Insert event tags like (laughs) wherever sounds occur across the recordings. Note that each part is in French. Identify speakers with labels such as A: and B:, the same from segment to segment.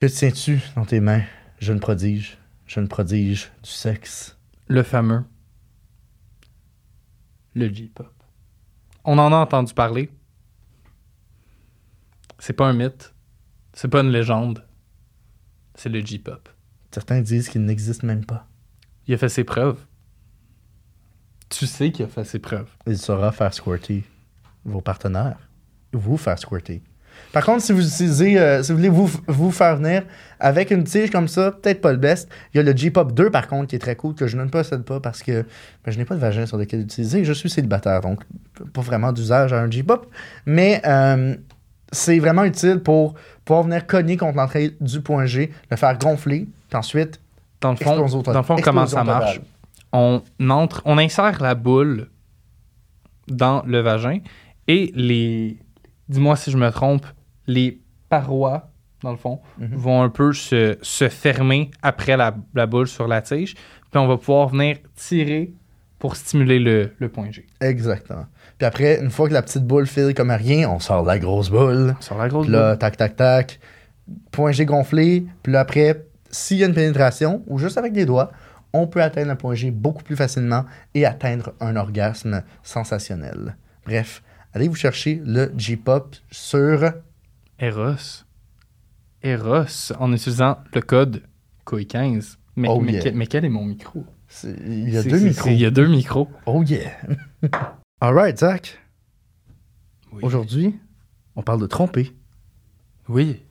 A: Que tiens-tu dans tes mains, jeune prodige, jeune prodige du sexe?
B: Le fameux. Le J-pop. On en a entendu parler. C'est pas un mythe. C'est pas une légende. C'est le J-pop.
A: Certains disent qu'il n'existe même pas.
B: Il a fait ses preuves. Tu sais qu'il a fait ses preuves.
A: Il saura faire squirter vos partenaires. Vous faire squirter. Par contre, si vous utilisez, euh, si vous voulez vous, vous faire venir avec une tige comme ça, peut-être pas le best. Il y a le J-Pop 2 par contre qui est très cool, que je ne possède pas parce que ben, je n'ai pas de vagin sur lequel utiliser. Je suis célibataire, donc pas vraiment d'usage à un J-Pop. Mais euh, c'est vraiment utile pour pouvoir venir cogner contre l'entrée du point G, le faire gonfler, puis ensuite
B: Dans le fond,
A: Explosion totale.
B: dans le fond comment
A: Explosion
B: ça marche?
A: totale.
B: on entre, on insère la boule dans le vagin et les, dis-moi si je me trompe, les parois, dans le fond,
A: Mhm.
B: vont un peu se, se fermer après la, la boule sur la tige. Puis on va pouvoir venir tirer pour stimuler le, le point G.
A: Exactement. Puis après, une fois que la petite boule file comme à rien, on sort la grosse boule.
B: Sur la grosse
A: Puis là, tac, tac, tac. Point G gonflé. Puis là, après, s'il y a une pénétration, ou juste avec des doigts, on peut atteindre le point G beaucoup plus facilement et atteindre un orgasme sensationnel. Bref, allez vous chercher le J-Pop sur
B: Eros. Eros, en utilisant le code COI15. Mais,
A: Oh
B: mais
A: yeah.
B: que- mais quel est mon micro?
A: c'est- Il y a
B: C'est-
A: deux
B: c'est-
A: micros.
B: c'est- Il y a deux micros.
A: Oh yeah! (laughs) All right, Zach.
B: Oui.
A: Aujourd'hui, on parle de tromper.
B: Oui.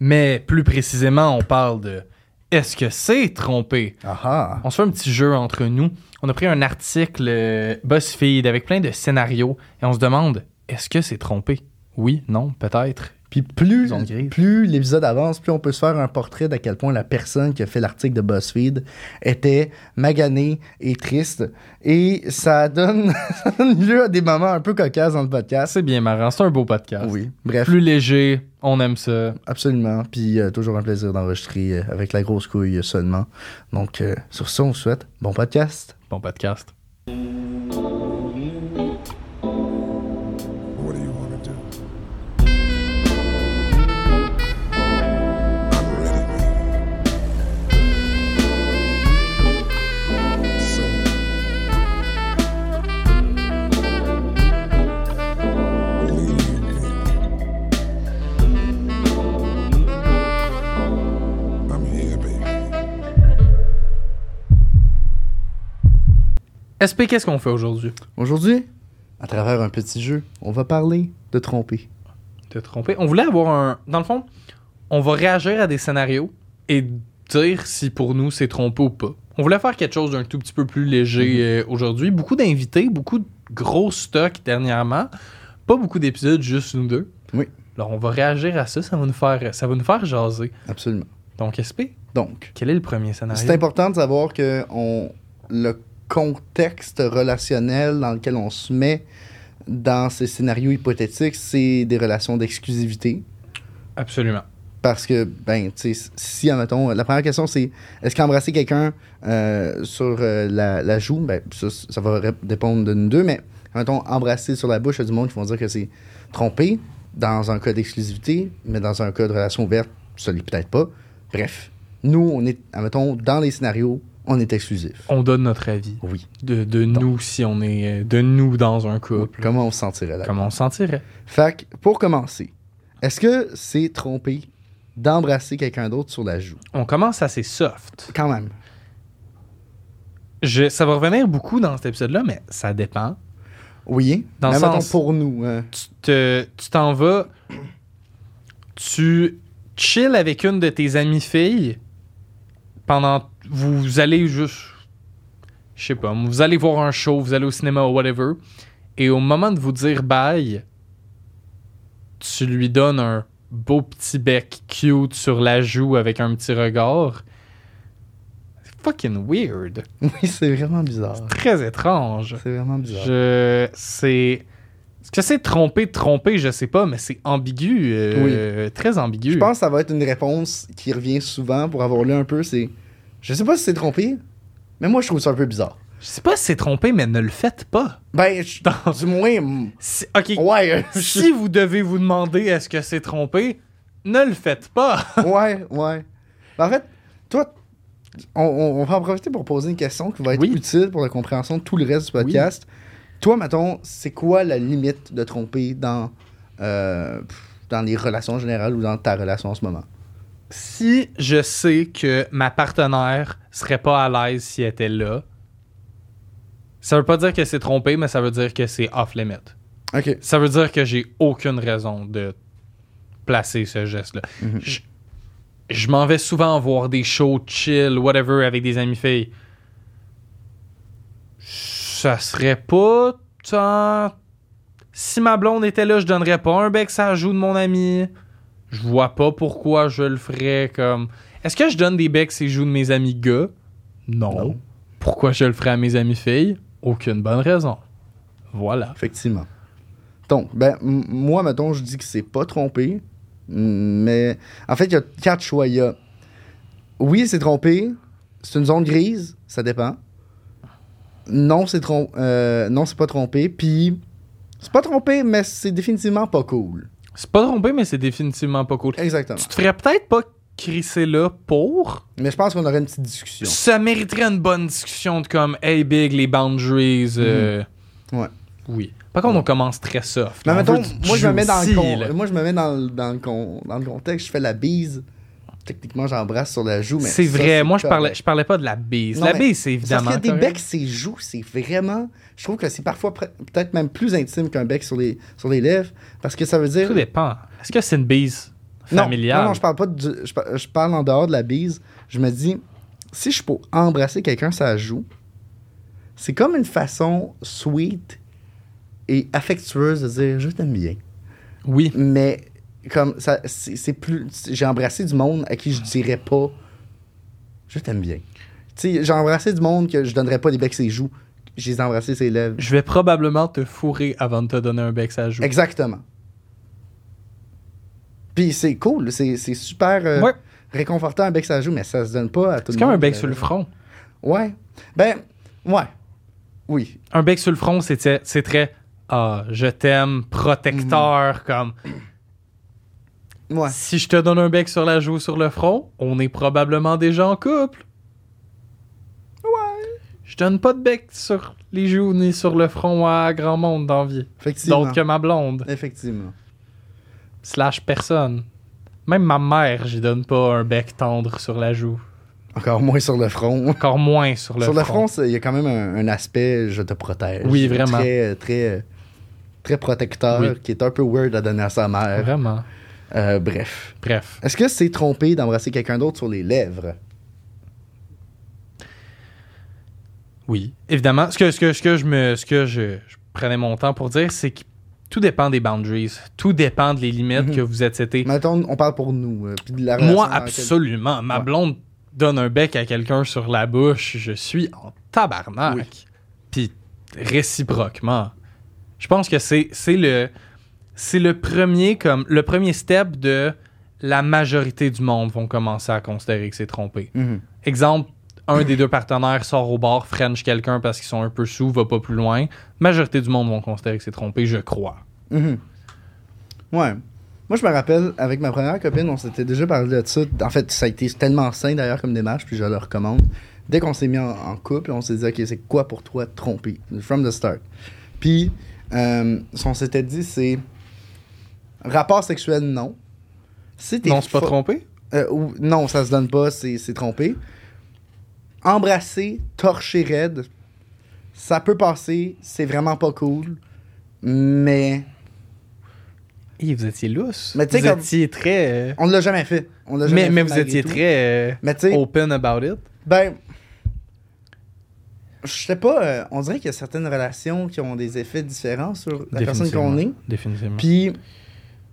B: Mais plus précisément, on parle de est-ce que c'est trompé?
A: Ah ah!
B: On se fait un petit jeu entre nous. On a pris un article euh, BuzzFeed avec plein de scénarios et on se demande est-ce que c'est trompé? Oui, non, peut-être.
A: Puis plus,
B: Zone grise.
A: plus l'épisode avance, plus on peut se faire un portrait d'à quel point la personne qui a fait l'article de BuzzFeed était maganée et triste. Et ça donne, (laughs) ça donne lieu à des moments un peu cocasses dans le podcast.
B: C'est bien marrant, c'est un beau podcast.
A: Oui, bref,
B: Plus léger, on aime ça.
A: absolument. Puis euh, toujours un plaisir d'enregistrer euh, avec la grosse couille seulement. Donc, euh, sur ce, on vous souhaite bon podcast.
B: Bon podcast.
C: What do you want to do? I'm ready, man. So, lead me. I'm here, baby.
B: SP, qu'est-ce qu'on fait aujourd'hui?
A: Aujourd'hui, à travers un petit jeu, on va parler de tromper.
B: T'as trompé. On voulait avoir un. Dans le fond, on va réagir à des scénarios et dire si pour nous c'est trompé ou pas. On voulait faire quelque chose d'un tout petit peu plus
A: Mhm.
B: léger euh, aujourd'hui. Beaucoup d'invités, beaucoup de gros stocks dernièrement. Pas beaucoup d'épisodes, juste nous deux.
A: Oui.
B: Alors on va réagir à ça, ça va nous faire, ça va nous faire jaser.
A: Absolument.
B: Donc SP,
A: Donc,
B: quel est le premier scénario
A: C'est important de savoir que on, le contexte relationnel dans lequel on se met dans ces scénarios hypothétiques, c'est des relations d'exclusivité.
B: Absolument.
A: Parce que, ben, tu sais, si, admettons, la première question, c'est est-ce qu'embrasser quelqu'un euh, sur euh, la, la joue, ben, ça, ça va ré- dépendre de nous deux, mais, admettons, embrasser sur la bouche, il y a du monde qui vont dire que c'est trompé dans un cas d'exclusivité, mais dans un cas de relation ouverte, ça l'est peut-être pas. Bref, nous, on est, admettons, dans les scénarios, on est exclusif.
B: On donne notre avis
A: Oui.
B: de, de nous si on est euh, de nous dans un couple.
A: Comment on se sentirait là?
B: Comment on se sentirait
A: Fait que, pour commencer, est-ce que c'est trompé d'embrasser quelqu'un d'autre sur la joue?
B: On commence assez soft.
A: Quand même.
B: Je- ça va revenir beaucoup dans cet épisode-là, mais ça dépend.
A: Oui.
B: Dans
A: mais
B: le
A: mettons
B: sens-
A: pour nous. euh,
B: Tu te- tu t'en vas, tu chill avec une de tes amies filles pendant. Vous allez juste. Je sais pas, vous allez voir un show, vous allez au cinéma ou whatever, et au moment de vous dire bye, tu lui donnes un beau petit bec cute sur la joue avec un petit regard. C'est fucking weird.
A: (laughs) Oui, c'est vraiment bizarre.
B: Très étrange.
A: C'est vraiment bizarre.
B: Je. C'est. Est-ce que c'est trompé, trompé, je sais pas, mais c'est ambigu. euh, Très ambigu.
A: Je pense que ça va être une réponse qui revient souvent pour avoir lu un peu. C'est. Je sais pas si c'est trompé, mais moi, je trouve ça un peu bizarre.
B: Je sais pas si c'est trompé, mais ne le faites pas.
A: Ben, je-
B: Dans- (laughs)
A: du moins. mm,
B: Si- ok.
A: Ouais. euh,
B: si vous devez vous demander est-ce que c'est trompé, ne le faites pas. (laughs)
A: ouais, ouais. Mais en fait, toi, on, on- on va en profiter pour poser une question qui va être
B: Oui.
A: utile pour la compréhension de tout le reste du podcast. Toi, mettons, c'est quoi la limite de tromper dans, euh, pff, dans les relations générales ou dans ta relation en ce moment?
B: si je sais que ma partenaire serait pas à l'aise si elle était là, ça veut pas dire que c'est trompé, mais ça veut dire que c'est off limit.
A: OK.
B: Ça veut dire que j'ai aucune raison de placer ce geste-là.
A: Mhm.
B: Je, je m'en vais souvent voir des shows chill, whatever, avec des amis filles. Ça serait pas tant. Si ma blonde était là, je donnerais pas un bec ça joue de mon ami. Je vois pas pourquoi je le ferais comme. Est-ce que je donne des becs ça joue de mes amis gars? Non.
A: Non.
B: Pourquoi je le ferais à mes amis filles? Aucune bonne raison. Voilà.
A: Effectivement. Donc, ben, m- moi, mettons, je dis que c'est pas trompé, m- mais en fait, il y a quatre choix. Il y a oui, c'est trompé, c'est une zone grise, ça dépend. Non, c'est trom- euh, non, c'est pas trompé, puis c'est pas trompé, mais c'est définitivement pas cool.
B: C'est pas trompé, mais c'est définitivement pas cool.
A: Exactement.
B: Tu te ferais peut-être pas crisser là pour.
A: Mais je pense qu'on aurait une petite discussion.
B: Ça mériterait une bonne discussion de comme Hey Big, les
A: Hmm.
B: boundaries. euh,
A: Ouais.
B: Oui. Par contre, on commence très soft.
A: Mais
B: On
A: mettons,
B: veut du
A: moi, je me mets dans le
B: juicy,
A: con- euh,
B: là.
A: moi, je me mets dans, le- dans le con- dans le contexte, je fais la bise. Techniquement, j'embrasse sur la joue, mais
B: C'est
A: ça,
B: vrai. Moi, je
A: correct.
B: parlais, je parlais pas de la bise.
A: Non,
B: la
A: mais-
B: bise, c'est
A: C'est Parce qu'il
B: évidemment.
A: y a des
B: correct.
A: becs, c'est joues, c'est vraiment. Je trouve que c'est parfois pre- peut-être même plus intime qu'un bec sur les, sur les lèvres, parce que ça veut dire.
B: Tout dépend. Est-ce que c'est une bise
A: Non,
B: familiale?
A: Non, non, je parle pas du- je, par- je parle en dehors de la bise. Je me dis, si je peux embrasser quelqu'un, ça joue. C'est comme une façon sweet et affectueuse de dire je t'aime bien.
B: Oui.
A: Mais comme ça, c'est c'est plus. J'ai embrassé du monde à qui je dirais pas je t'aime bien. Tu sais, j'ai embrassé du monde que je donnerais pas des becs ses joues. J'ai embrassé ses lèvres.
B: Je vais probablement te fourrer avant de te donner un bec ça joue.
A: Exactement. Puis c'est cool, c'est c'est super euh,
B: Ouais.
A: réconfortant un bec ça joue, mais ça se donne pas à tout le
B: C'est comme
A: monde.
B: un bec
A: euh,
B: sur le front.
A: Ouais. Ben, ouais. Oui.
B: un bec sur le front, c'était- c'est très ah, je t'aime, protecteur,
A: Mhm.
B: comme
A: Ouais.
B: si je te donne un bec sur la joue ou sur le front, on est probablement déjà en couple.
A: Ouais.
B: Je donne pas de bec sur les joues ni sur le front à grand monde d'envie.
A: Effectivement.
B: D'autre que ma blonde,
A: Effectivement.
B: slash personne. Même ma mère, j'y donne pas un bec tendre sur la joue.
A: Encore moins sur le front.
B: Encore moins sur le
A: sur
B: front.
A: le front, c'est- il y a quand même un, un aspect je te protège.
B: Oui, vraiment.
A: Très, très, très protecteur,
B: Oui.
A: qui est un peu weird à donner à sa mère.
B: Vraiment.
A: Euh, bref.
B: Bref.
A: Est-ce que c'est trompé d'embrasser quelqu'un d'autre sur les lèvres?
B: Oui, évidemment. Ce que, ce que, ce que, je, me, ce que je, je prenais mon temps pour dire, c'est que tout dépend des boundaries. Tout dépend des limites
A: Mhm.
B: que vous êtes setées.
A: Mettons, on parle pour nous. euh, puis de la relation
B: Moi,
A: dans laquelle-
B: absolument. Ma
A: Ouais.
B: blonde donne un bec à quelqu'un sur la bouche. Je suis en tabarnak.
A: Oui.
B: Puis réciproquement. Je pense que c'est c'est le c'est le premier comme le premier step de la majorité du monde vont commencer à considérer que c'est trompé.
A: Mhm.
B: Exemple, un des deux partenaires sort au bar, French quelqu'un parce qu'ils sont un peu sous, va pas plus loin. Majorité du monde vont considérer que c'est trompé, je crois.
A: Mhm. Ouais. Moi, je me rappelle, avec ma première copine, on s'était déjà parlé de ça. En fait, ça a été tellement sain d'ailleurs comme démarche, puis je le recommande. Dès qu'on s'est mis en, en couple, on s'est dit, OK, c'est quoi pour toi te tromper? From the start. Puis, euh, ce qu'on s'était dit, c'est rapport sexuel, non. Si t'es
B: Non, c'est pas
A: fa-
B: trompé?
A: euh, ou- non, ça se donne pas, c'est c'est trompé. Embrasser, torcher raide, ça peut passer, c'est vraiment pas cool, mais
B: Et vous étiez lousse.
A: Mais tu sais,
B: vous
A: comme-
B: étiez très. euh,
A: on l'a jamais fait. On l'a jamais
B: Mais,
A: fait
B: mais vous
A: malgré
B: étiez
A: tout.
B: très euh,
A: Mais tu sais,
B: open about it.
A: ben. Je sais pas, euh, on dirait qu'il y a certaines relations qui ont des effets différents sur la personne qu'on est.
B: Définitivement.
A: Puis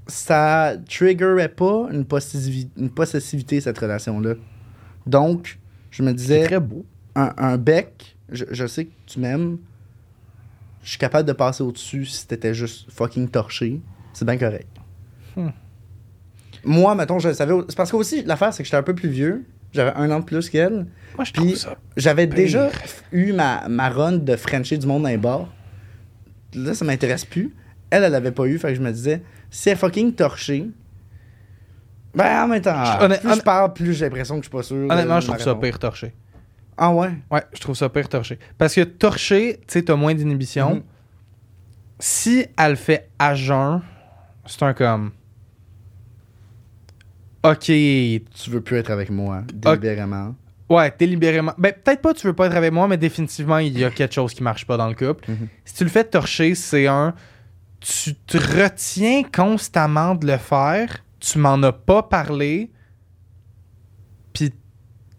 A: ça triggerait pas une, possessivi- une possessivité, cette relation-là. Donc, je me disais.
B: c'est très beau.
A: un, un bec, je, je sais que tu m'aimes. Je suis capable de passer au-dessus si t'étais juste fucking torché. C'est bien correct.
B: Hmm.
A: Moi, mettons, je le savais. au- C'est parce que aussi, l'affaire, c'est que j'étais un peu plus vieux. J'avais un an de plus qu'elle.
B: Moi,
A: Puis-
B: je trouve Ah, ça.
A: J'avais
B: Pire.
A: déjà eu ma, ma run de Frenchie du monde dans les bars. Là, ça m'intéresse plus. Elle, elle l'avait pas eu. Fait que je me disais, si elle est fucking torchée, Ben, en même temps,
B: Je- honnêt-
A: plus je
B: honnêt-
A: parle, plus j'ai l'impression que je suis pas sûr. de
B: Honnêtement, je
A: ma
B: trouve ça
A: réponse.
B: pire torché.
A: Ah ouais?
B: Ouais, je trouve ça pire torché. Parce que torché, tu sais, t'as moins d'inhibition.
A: Mhm.
B: Si elle le fait à jeun, c'est un comme. Ok,
A: Tu veux plus être avec moi,
B: Ah.
A: délibérément.
B: Ouais, délibérément. Ben, peut-être pas tu veux pas être avec moi, mais définitivement, il y a quelque chose qui marche pas dans le couple.
A: Mhm.
B: Si tu le fais torcher, c'est un. Tu te retiens constamment de le faire, tu m'en as pas parlé, puis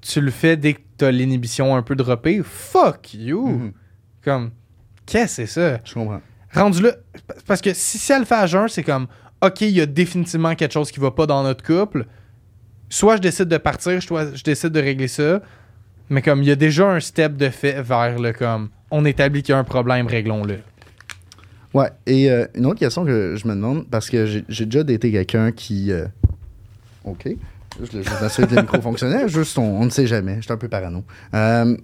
B: tu le fais dès que t'as l'inhibition un peu droppée. Fuck you!
A: Mhm.
B: Comme, qu'est-ce que c'est ça?
A: Je comprends.
B: Rendu là, parce que si, si elle le fait à jeun, c'est comme, OK, il y a définitivement quelque chose qui va pas dans notre couple. Soit je décide de partir, soit je décide de régler ça. Mais comme, il y a déjà un step de fait vers le comme, on établit qu'il y a un problème, réglons-le.
A: Ouais, et euh, une autre question que je me demande, parce que j'ai j'ai déjà daté quelqu'un qui. euh, OK. Je voulais juste m'assurer que le micro fonctionnait. (laughs) Juste, on, on ne sait jamais. J'étais un peu parano. Euh,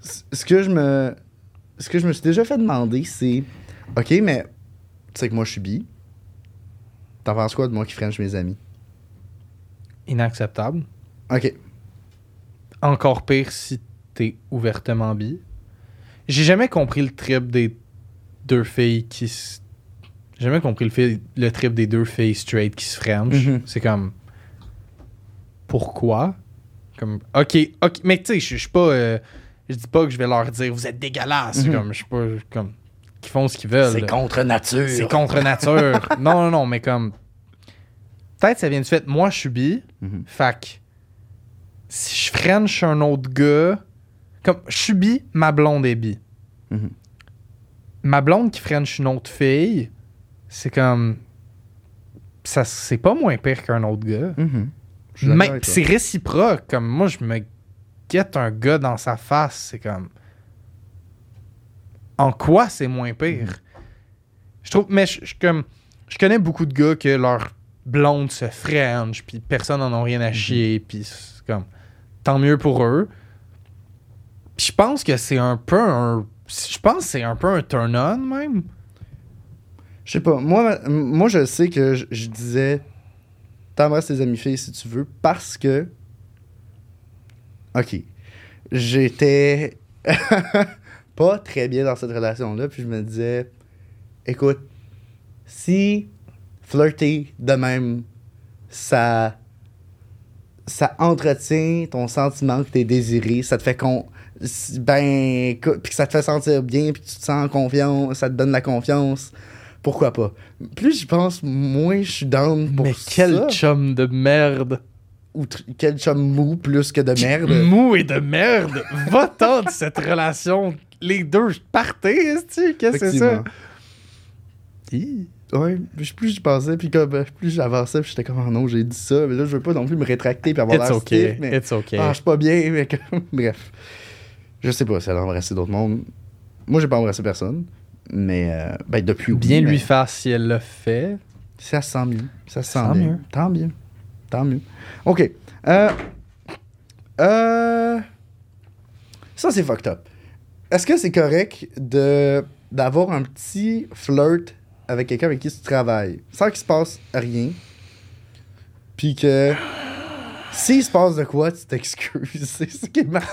A: c- ce que je me. Ce que je me suis déjà fait demander, c'est. OK, mais. Tu sais que moi, je suis bi. T'en penses quoi de moi qui french mes amis?
B: Inacceptable.
A: OK.
B: Encore pire si t'es ouvertement bi. J'ai jamais compris le trip des deux filles qui s- J'ai jamais compris le, fil- le trip des deux filles straight qui se frenchent.
A: Mhm.
B: C'est comme. Pourquoi? Comme. Ok, ok. Mais tu sais, je je suis pas. euh, je dis pas que je vais leur dire vous êtes dégueulasse.
A: Mhm.
B: Comme, je suis pas. Comme. Qu'ils font ce qu'ils veulent. là.
A: contre nature.
B: C'est contre nature.
A: (laughs)
B: non, non, non, mais comme. Peut-être ça vient du fait, moi, je suis bi.
A: Mhm.
B: Fait que. Si je French un autre gars. Comme, je suis bi, ma blonde est bi.
A: Mhm.
B: Ma blonde qui French une autre fille, c'est comme. Ça, c'est pas moins pire qu'un autre gars.
A: Mhm. Je suis d'accord
B: Mais
A: avec toi.
B: c'est réciproque. Comme, moi, je me guette un gars dans sa face. C'est comme. En quoi c'est moins pire? Je trouve. Mais je, je- comme, je connais beaucoup de gars que leur blonde se french, puis personne n'en a rien à chier, puis c'est comme. Tant mieux pour eux. Puis je pense que c'est un peu un. Je pense que c'est un peu un turn-on, même.
A: Je sais pas. Moi, m- moi, je sais que je, je disais t'embrasses tes amis filles si tu veux parce que. Ok. J'étais (laughs) pas très bien dans cette relation-là. Puis je me disais écoute, si flirter de même, ça. Ça entretient ton sentiment que t'es désiré, ça te fait con. si- Ben, écoute, puis que ça te fait sentir bien, puis que tu te sens en confiance, ça te donne la confiance. Pourquoi pas? Plus j'y pense, moins je suis down pour
B: mais quel
A: ça.
B: chum de merde!
A: Ou tr- quel chum mou plus que de merde.
B: Mou et de merde. Va-t'en de cette relation. Les deux, partez, est-ce que c'est ça?
A: Effectivement. Ouais, puis plus j'y pensais, puis comme, euh, plus j'avançais, puis j'étais comme, oh non, j'ai dit ça, mais là, je veux pas non plus me rétracter puis avoir
B: It's
A: l'air
B: ok.
A: stiff, mais
B: It's ok.
A: ah, je suis pas bien, mais comme, (laughs) bref. Je sais pas si elle a embrassé d'autres mondes. Moi, j'ai pas embrassé personne, mais, euh, ben, depuis oui,
B: Bien
A: mais
B: lui faire si elle le fait.
A: Ça se sent mieux, ça se sent
B: Tant
A: bien.
B: mieux.
A: Tant mieux, tant mieux. OK, euh, euh, ça, c'est fucked up. Est-ce que c'est correct de d'avoir un petit flirt avec quelqu'un avec qui tu travailles sans qu'il se passe rien? Puis que s'il se passe de quoi, tu t'excuses. (laughs) C'est ce qui est marrant.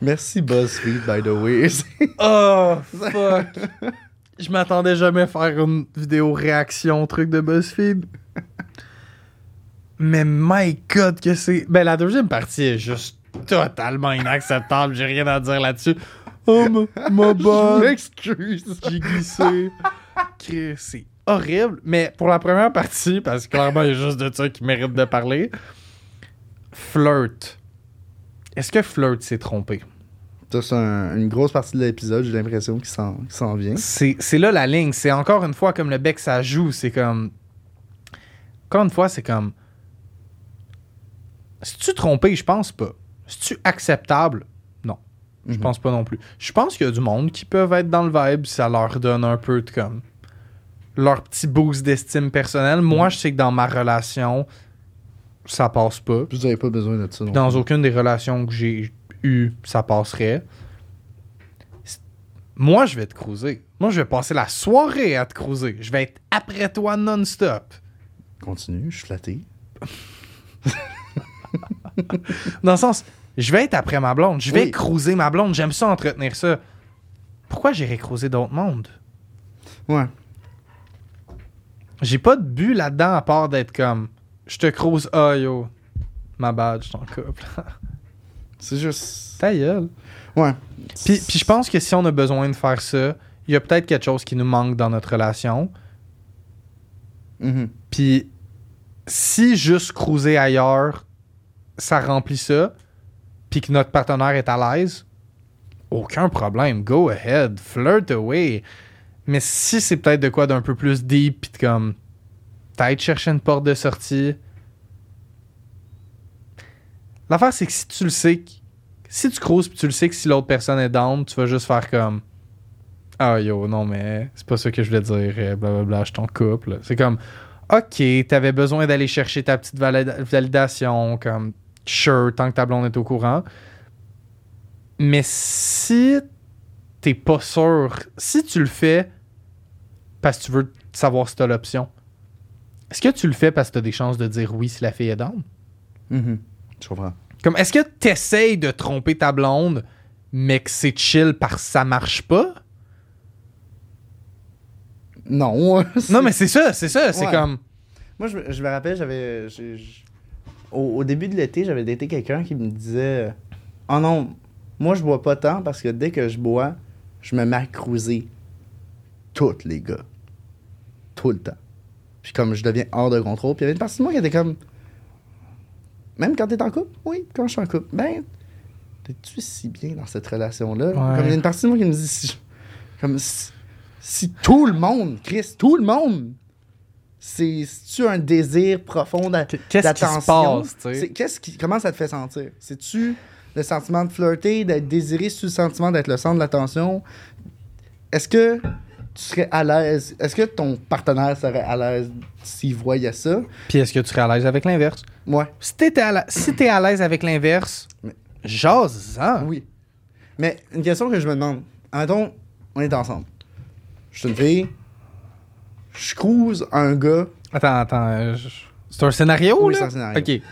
A: Merci BuzzFeed, by the way. (laughs)
B: Oh, fuck. (laughs) je m'attendais jamais à faire une vidéo réaction, truc de BuzzFeed. Mais my god, que c'est. Ben, la deuxième partie est juste totalement inacceptable. J'ai rien à dire là-dessus. Oh, ma- ma
A: Je
B: bonne.
A: m'excuse.
B: J'ai glissé. Chris, C'est horrible. Mais pour la première partie, parce que clairement, il y a juste de ça qui mérite de parler. Flirt. Est-ce que flirt s'est trompé?
A: Ça, c'est un- une grosse partie de l'épisode, j'ai l'impression, qu'il s'en qu'il s'en vient.
B: C'est c'est là la ligne. C'est encore une fois comme le bec, ça joue. C'est comme. Encore une fois, c'est comme. Si tu trompé, je pense pas. Si tu acceptable, non. Je
A: Mhm.
B: pense pas non plus. Je pense qu'il y a du monde qui peuvent être dans le vibe, ça leur donne un peu de comme. leur petit boost d'estime personnelle. Moi, je sais que dans ma relation, ça passe pas.
A: Puis vous n'avez pas besoin de ça. non
B: Dans aucune des relations que j'ai eues, ça passerait. C'est- Moi, je vais te cruiser. Moi, je vais passer la soirée à te cruiser. Je vais être après toi non-stop.
A: Continue, je suis flatté.
B: Dans le sens, je vais être après ma blonde. Je vais
A: Oui.
B: cruiser ma blonde. J'aime ça entretenir ça. Pourquoi j'irais cruiser d'autres mondes?
A: Ouais.
B: J'ai pas de but là-dedans à part d'être comme je te croise, ah yo, ma badge, ton couple. (laughs)
A: C'est juste.
B: Ta gueule.
A: Ouais.
B: Puis, puis je pense que si on a besoin de faire ça, il y a peut-être quelque chose qui nous manque dans notre relation.
A: Mhm.
B: Puis si juste cruiser ailleurs, ça remplit ça, puis que notre partenaire est à l'aise, aucun problème. Go ahead, flirt away. Mais si c'est peut-être de quoi d'un peu plus deep, puis de comme peut-être chercher une porte de sortie. L'affaire, c'est que si tu le sais, que- si tu cruises puis tu le sais que si l'autre personne est down, tu vas juste faire comme Ah yo, non, mais c'est pas ça que je voulais dire, euh, blablabla, je t'en couple. C'est comme OK, t'avais besoin d'aller chercher ta petite valida- validation, comme sure, tant que ta blonde est au courant. Mais si t'es pas sûr, si tu le fais parce que tu veux savoir si t'as l'option, est-ce que tu le fais parce que t'as des chances de dire oui si la fille est down?
A: Mhm. Je comprends.
B: Comme est-ce que t'essayes de tromper ta blonde, mais que c'est chill parce que ça marche pas?
A: Non. (laughs) c'est-
B: Non, mais c'est ça, c'est ça, c'est
A: Ouais.
B: comme.
A: Moi, je, me- je me rappelle, j'avais. j'ai- j'ai- Au, au début de l'été, j'avais daté quelqu'un qui me disait euh, Oh non, moi, je bois pas tant parce que dès que je bois, je me mets à cruiser. Toutes les gars. Tout le temps. Puis comme je deviens hors de contrôle, puis il y avait une partie de moi qui était comme Même quand t'es en couple Oui, quand je suis en couple. Ben, t'es-tu si bien dans cette relation-là Comme il y a une partie de moi qui me dit si- Comme si, si tout le monde, Chris, tout le monde c'est tu un désir profond d'a-
B: Qu'est-ce qui se
A: d'attention?
B: passe, tu sais?
A: C'est- qu'est-ce qui comment ça te fait sentir C'est tu le sentiment de flirter, d'être désiré, c'est-tu le sentiment d'être le centre de l'attention Est-ce que tu serais à l'aise Est-ce que ton partenaire serait à l'aise s'il voyait ça
B: Puis est-ce que tu serais à l'aise avec l'inverse?
A: Ouais,
B: Si t'es à la- si t'es à l'aise avec l'inverse, hein?
A: Mais-
B: jase-en.
A: oui. Mais une question que je me demande, admettons, on est ensemble. Je suis une fille. Je cruise un gars
B: Attends, attends. euh, je- C'est un scénario,
A: Oui,
B: là?
A: c'est un scénario.
B: OK. T'es-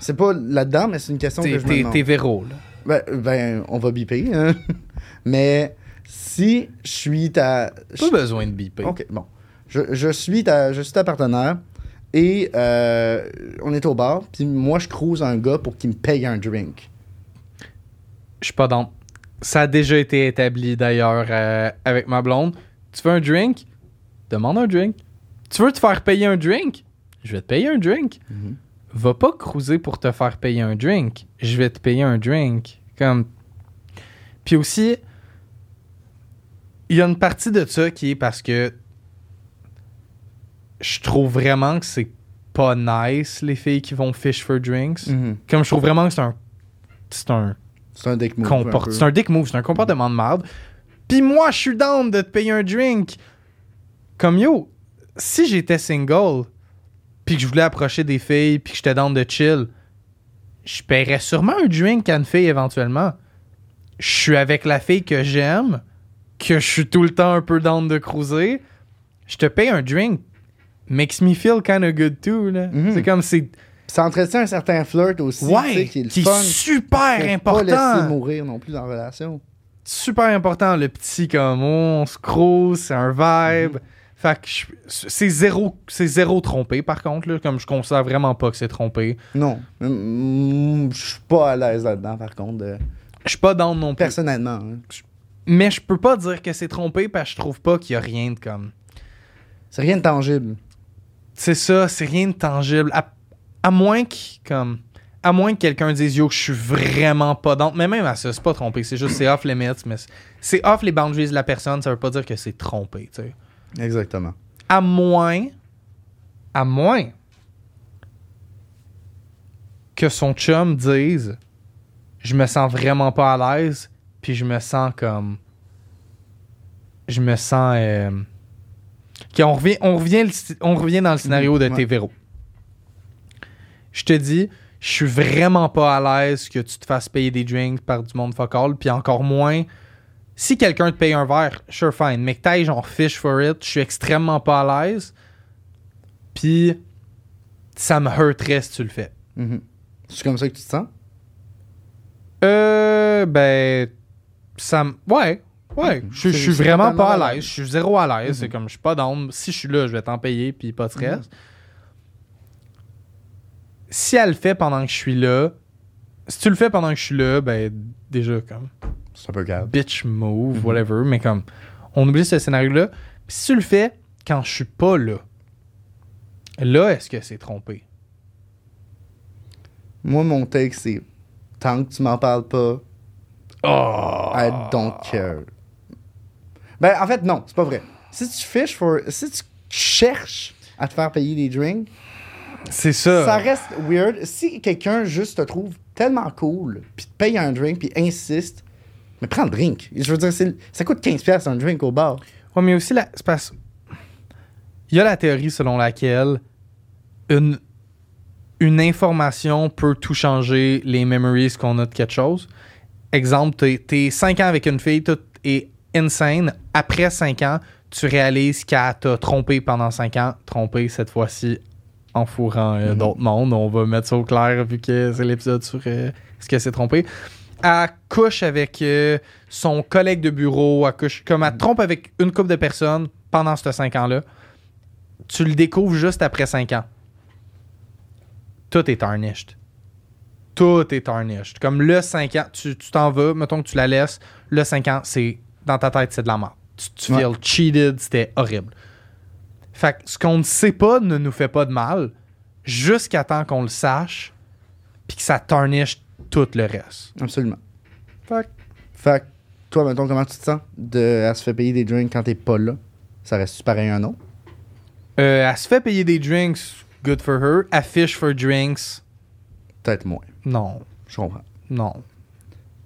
A: C'est pas là-dedans, mais c'est une question que je me
B: T'es
A: demande.
B: t'es Véro, là.
A: Ben, ben, on va biper. hein. (laughs) Mais si je suis ta.
B: Pas
A: je-
B: besoin de biper.
A: Ok, bon. Je, je suis ta, je suis ta partenaire et euh, on est au bar. Puis moi, je croise un gars pour qu'il me paye un drink.
B: Je suis pas dans... Ça a déjà été établi, d'ailleurs, euh, avec ma blonde. Tu veux un drink? Demande un drink. Tu veux te faire payer un drink? Je vais te payer un drink.
A: Mhm.
B: Va pas cruiser pour te faire payer un drink. Je vais te payer un drink. Comme... Puis aussi, il y a une partie de ça qui est parce que je trouve vraiment que c'est pas nice, les filles qui vont fish for drinks.
A: Mm.
B: Comme je trouve vraiment que c'est un... C'est un
A: Mm-hmm. C'est un deck move. un
B: comport-
A: peu.
B: C'est un dick move, c'est un comportement de merde. Puis moi, je suis down de te payer un drink. Comme yo, si j'étais single, puis que je voulais approcher des filles, puis que j'étais down de chill, je paierais sûrement un drink à une fille éventuellement. Je suis avec la fille que j'aime, que je suis tout le temps un peu down de cruiser. Je te paye un drink. Makes me feel kinda good too. là.
A: Mhm.
B: C'est comme c'est.
A: Ça entretient un certain flirt aussi. tu sais,
B: Ouais,
A: qui est le
B: qui
A: fun.
B: est super
A: Faut
B: important.
A: Pas laisser mourir non plus dans la relation.
B: super important le petit comme oh, on se croise, c'est un vibe. Fait que je- c'est zéro c'est zéro trompé par contre là, comme je considère vraiment pas que c'est trompé.
A: Non. Mm, Je suis pas à l'aise là-dedans, par contre, euh,
B: Je suis pas dans non plus.
A: personnellement. hein.
B: Mais je peux pas dire que c'est trompé parce que je trouve pas qu'il y a rien de comme
A: C'est rien de tangible.
B: c'est ça, c'est rien de tangible à, à moins que comme à moins que quelqu'un dise yo que je suis vraiment pas dans mais même à ça c'est pas trompé, c'est juste c'est off limits mais c'est- c'est off les boundaries de la personne, ça veut pas dire que c'est trompé, tu sais.
A: Exactement.
B: À moins. À moins. Que son chum dise Je me sens vraiment pas à l'aise, puis je me sens comme. Je me sens. euh, Ok, on, revient, on, revient le sc- on revient dans le scénario de
A: ouais.
B: Tévéro. Je te dis, je suis vraiment pas à l'aise que tu te fasses payer des drinks par du monde focal, puis encore moins si quelqu'un te paye un verre, sure fine. Mais que t'ailles genre fish for it, je suis extrêmement pas à l'aise. Puis ça me heurterait si tu le fais.
A: Mhm. C'est comme ça que tu te sens?
B: Euh, ben, ça me. Ouais, ouais. Je, je suis
A: Mhm. C'est- c'est
B: vraiment
A: totalement Mhm.
B: pas
A: à
B: à
A: l'aise.
B: l'aise. Je suis zéro à l'aise. C'est comme je suis pas d'ombre. Si je suis là, je vais t'en payer, puis
A: Mhm.
B: pas de stress. Si elle le fait pendant que je suis là, si tu le fais pendant que je suis là, ben, déjà, comme,
A: C'est un peu grave.
B: bitch
A: Mhm.
B: move, whatever. Mais comme, on oublie ce scénario-là. Puis si tu le fais quand je suis pas là, là, est-ce que c'est trompé?
A: Moi, mon take, c'est tant que tu m'en parles pas,
B: Oh!
A: I don't care. Ben, en fait, non, c'est pas vrai. Si tu fiches for. Si tu cherches à te faire payer des drinks,
B: C'est ça.
A: ça reste weird. Si quelqu'un juste te trouve tellement cool, puis te paye un drink, puis insiste, mais prends le drink. Je veux dire, c'est- ça coûte 15$ un drink au bar.
B: Ouais, mais aussi, la... c'est parce- il y a la théorie selon laquelle une, une information peut tout changer les memories qu'on a de quelque chose. Exemple, t'es- t'es 5 ans avec une fille, tout est insane. Après 5 ans, tu réalises qu'elle t'a trompé pendant 5 ans. Trompé cette fois-ci en fourrant euh,
A: Mhm.
B: d'autres mondes. On va mettre ça au clair vu que c'est l'épisode sur euh, ce que c'est trompé. Elle couche avec euh, son collègue de bureau, elle couche comme elle trompe avec une couple de personnes pendant ces 5 ans-là. Tu le découvres juste après 5 ans. Tout est tarnished tout est tarnished. Comme le 5 ans, tu tu t'en vas, mettons que tu la laisses, le 5 ans, c'est dans ta tête, c'est de la mort. Tu, tu
A: Ouais.
B: feel cheated, c'était horrible. Fait que ce qu'on ne sait pas ne nous fait pas de mal jusqu'à temps qu'on le sache puis que ça tarnish tout le reste.
A: Absolument.
B: Fait que
A: Fait que, toi, mettons, comment tu te sens de, à se faire payer des drinks quand t'es pas là? Ça reste-tu pareil un autre?
B: Euh, elle se fait payer des drinks, good for her. Elle fish for drinks,
A: Peut-être moins.
B: non,
A: Je comprends.
B: non.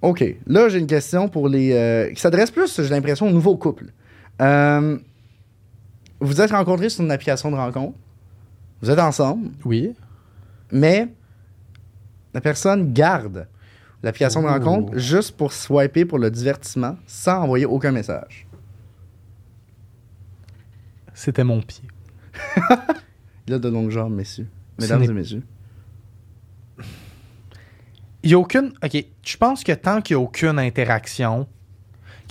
A: OK. Là, j'ai une question pour les. euh, qui s'adresse plus, j'ai l'impression, aux nouveaux couples. Euh, vous êtes rencontrés sur une application de rencontre. Vous êtes ensemble,
B: Oui.
A: mais la personne garde l'application de
B: Ouh.
A: rencontre juste pour swiper pour le divertissement sans envoyer aucun message.
B: C'était mon pied.
A: Il a de longues jambes, messieurs.
B: Ce
A: Mesdames
B: n'est-
A: et messieurs.
B: Il n'y a aucune. Ok, je pense que tant qu'il n'y a aucune interaction.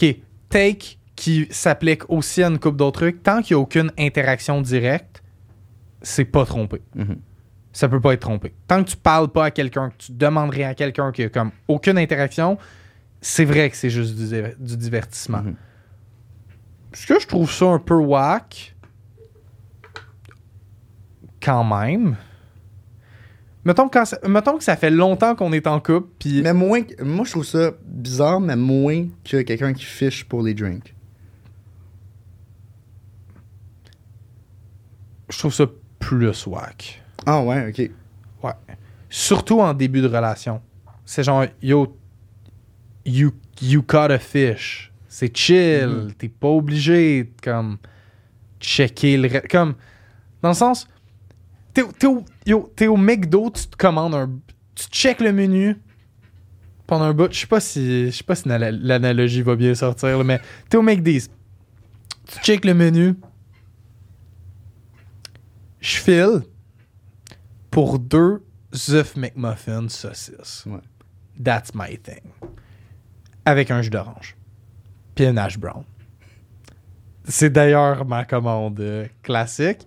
B: Ok, take qui s'applique aussi à une coupe d'autres trucs, tant qu'il n'y a aucune interaction directe, c'est pas trompé.
A: Mhm.
B: Ça peut pas être trompé. Tant que tu parles pas à quelqu'un, que tu demanderais à quelqu'un qui a comme aucune interaction, c'est vrai que c'est juste du, di- du divertissement.
A: Mhm.
B: Est-ce que je trouve ça un peu whack? Quand même. Mettons, quand ça- mettons que ça fait longtemps qu'on est en couple, puis
A: Mais moins. que- Moi, je trouve ça bizarre, mais moins que quelqu'un qui fiche pour les drinks.
B: je trouve ça plus whack.
A: Ah, ouais, OK.
B: Ouais. Surtout en début de relation. C'est genre, yo, you, you caught a fish. C'est chill. T'es pas obligé de, comme, checker le. re- Comme, dans le sens, t'es, au- t'es au, yo, t'es au McDo, tu te commandes un. Tu checkes le menu pendant un bout. Je sais pas si, je sais pas si l'ana- l'analogie va bien sortir, là, mais t'es au McDee's. Tu checkes le menu. Je file pour deux œufs McMuffin saucisses.
A: Ouais.
B: That's my thing. Avec un jus d'orange. Puis un hash brown. C'est d'ailleurs ma commande euh, classique.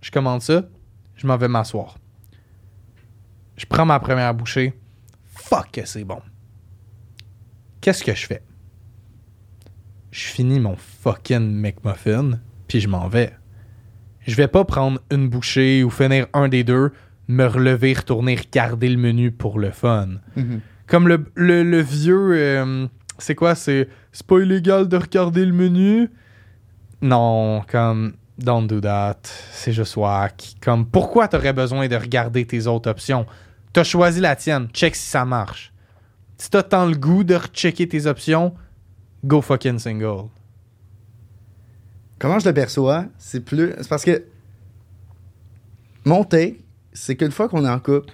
B: Je commande ça. Je m'en vais m'asseoir. Je prends ma première bouchée. Fuck que c'est bon. Qu'est-ce que je fais? Je finis mon fucking McMuffin, puis je m'en vais. Je vais pas prendre une bouchée ou finir un des deux, me relever, retourner, regarder le menu pour le fun.
A: Mhm.
B: Comme le, le- le vieux. euh, c'est quoi C'est c'est pas illégal de regarder le menu Non, comme. Don't do that. C'est juste whack. Comme, pourquoi t'aurais besoin de regarder tes autres options T'as choisi la tienne. Check si ça marche. Si t'as tant le goût de rechecker tes options, go fucking single.
A: Comment je le perçois, c'est plus. C'est parce que. Mon take, c'est qu'une fois qu'on est en couple,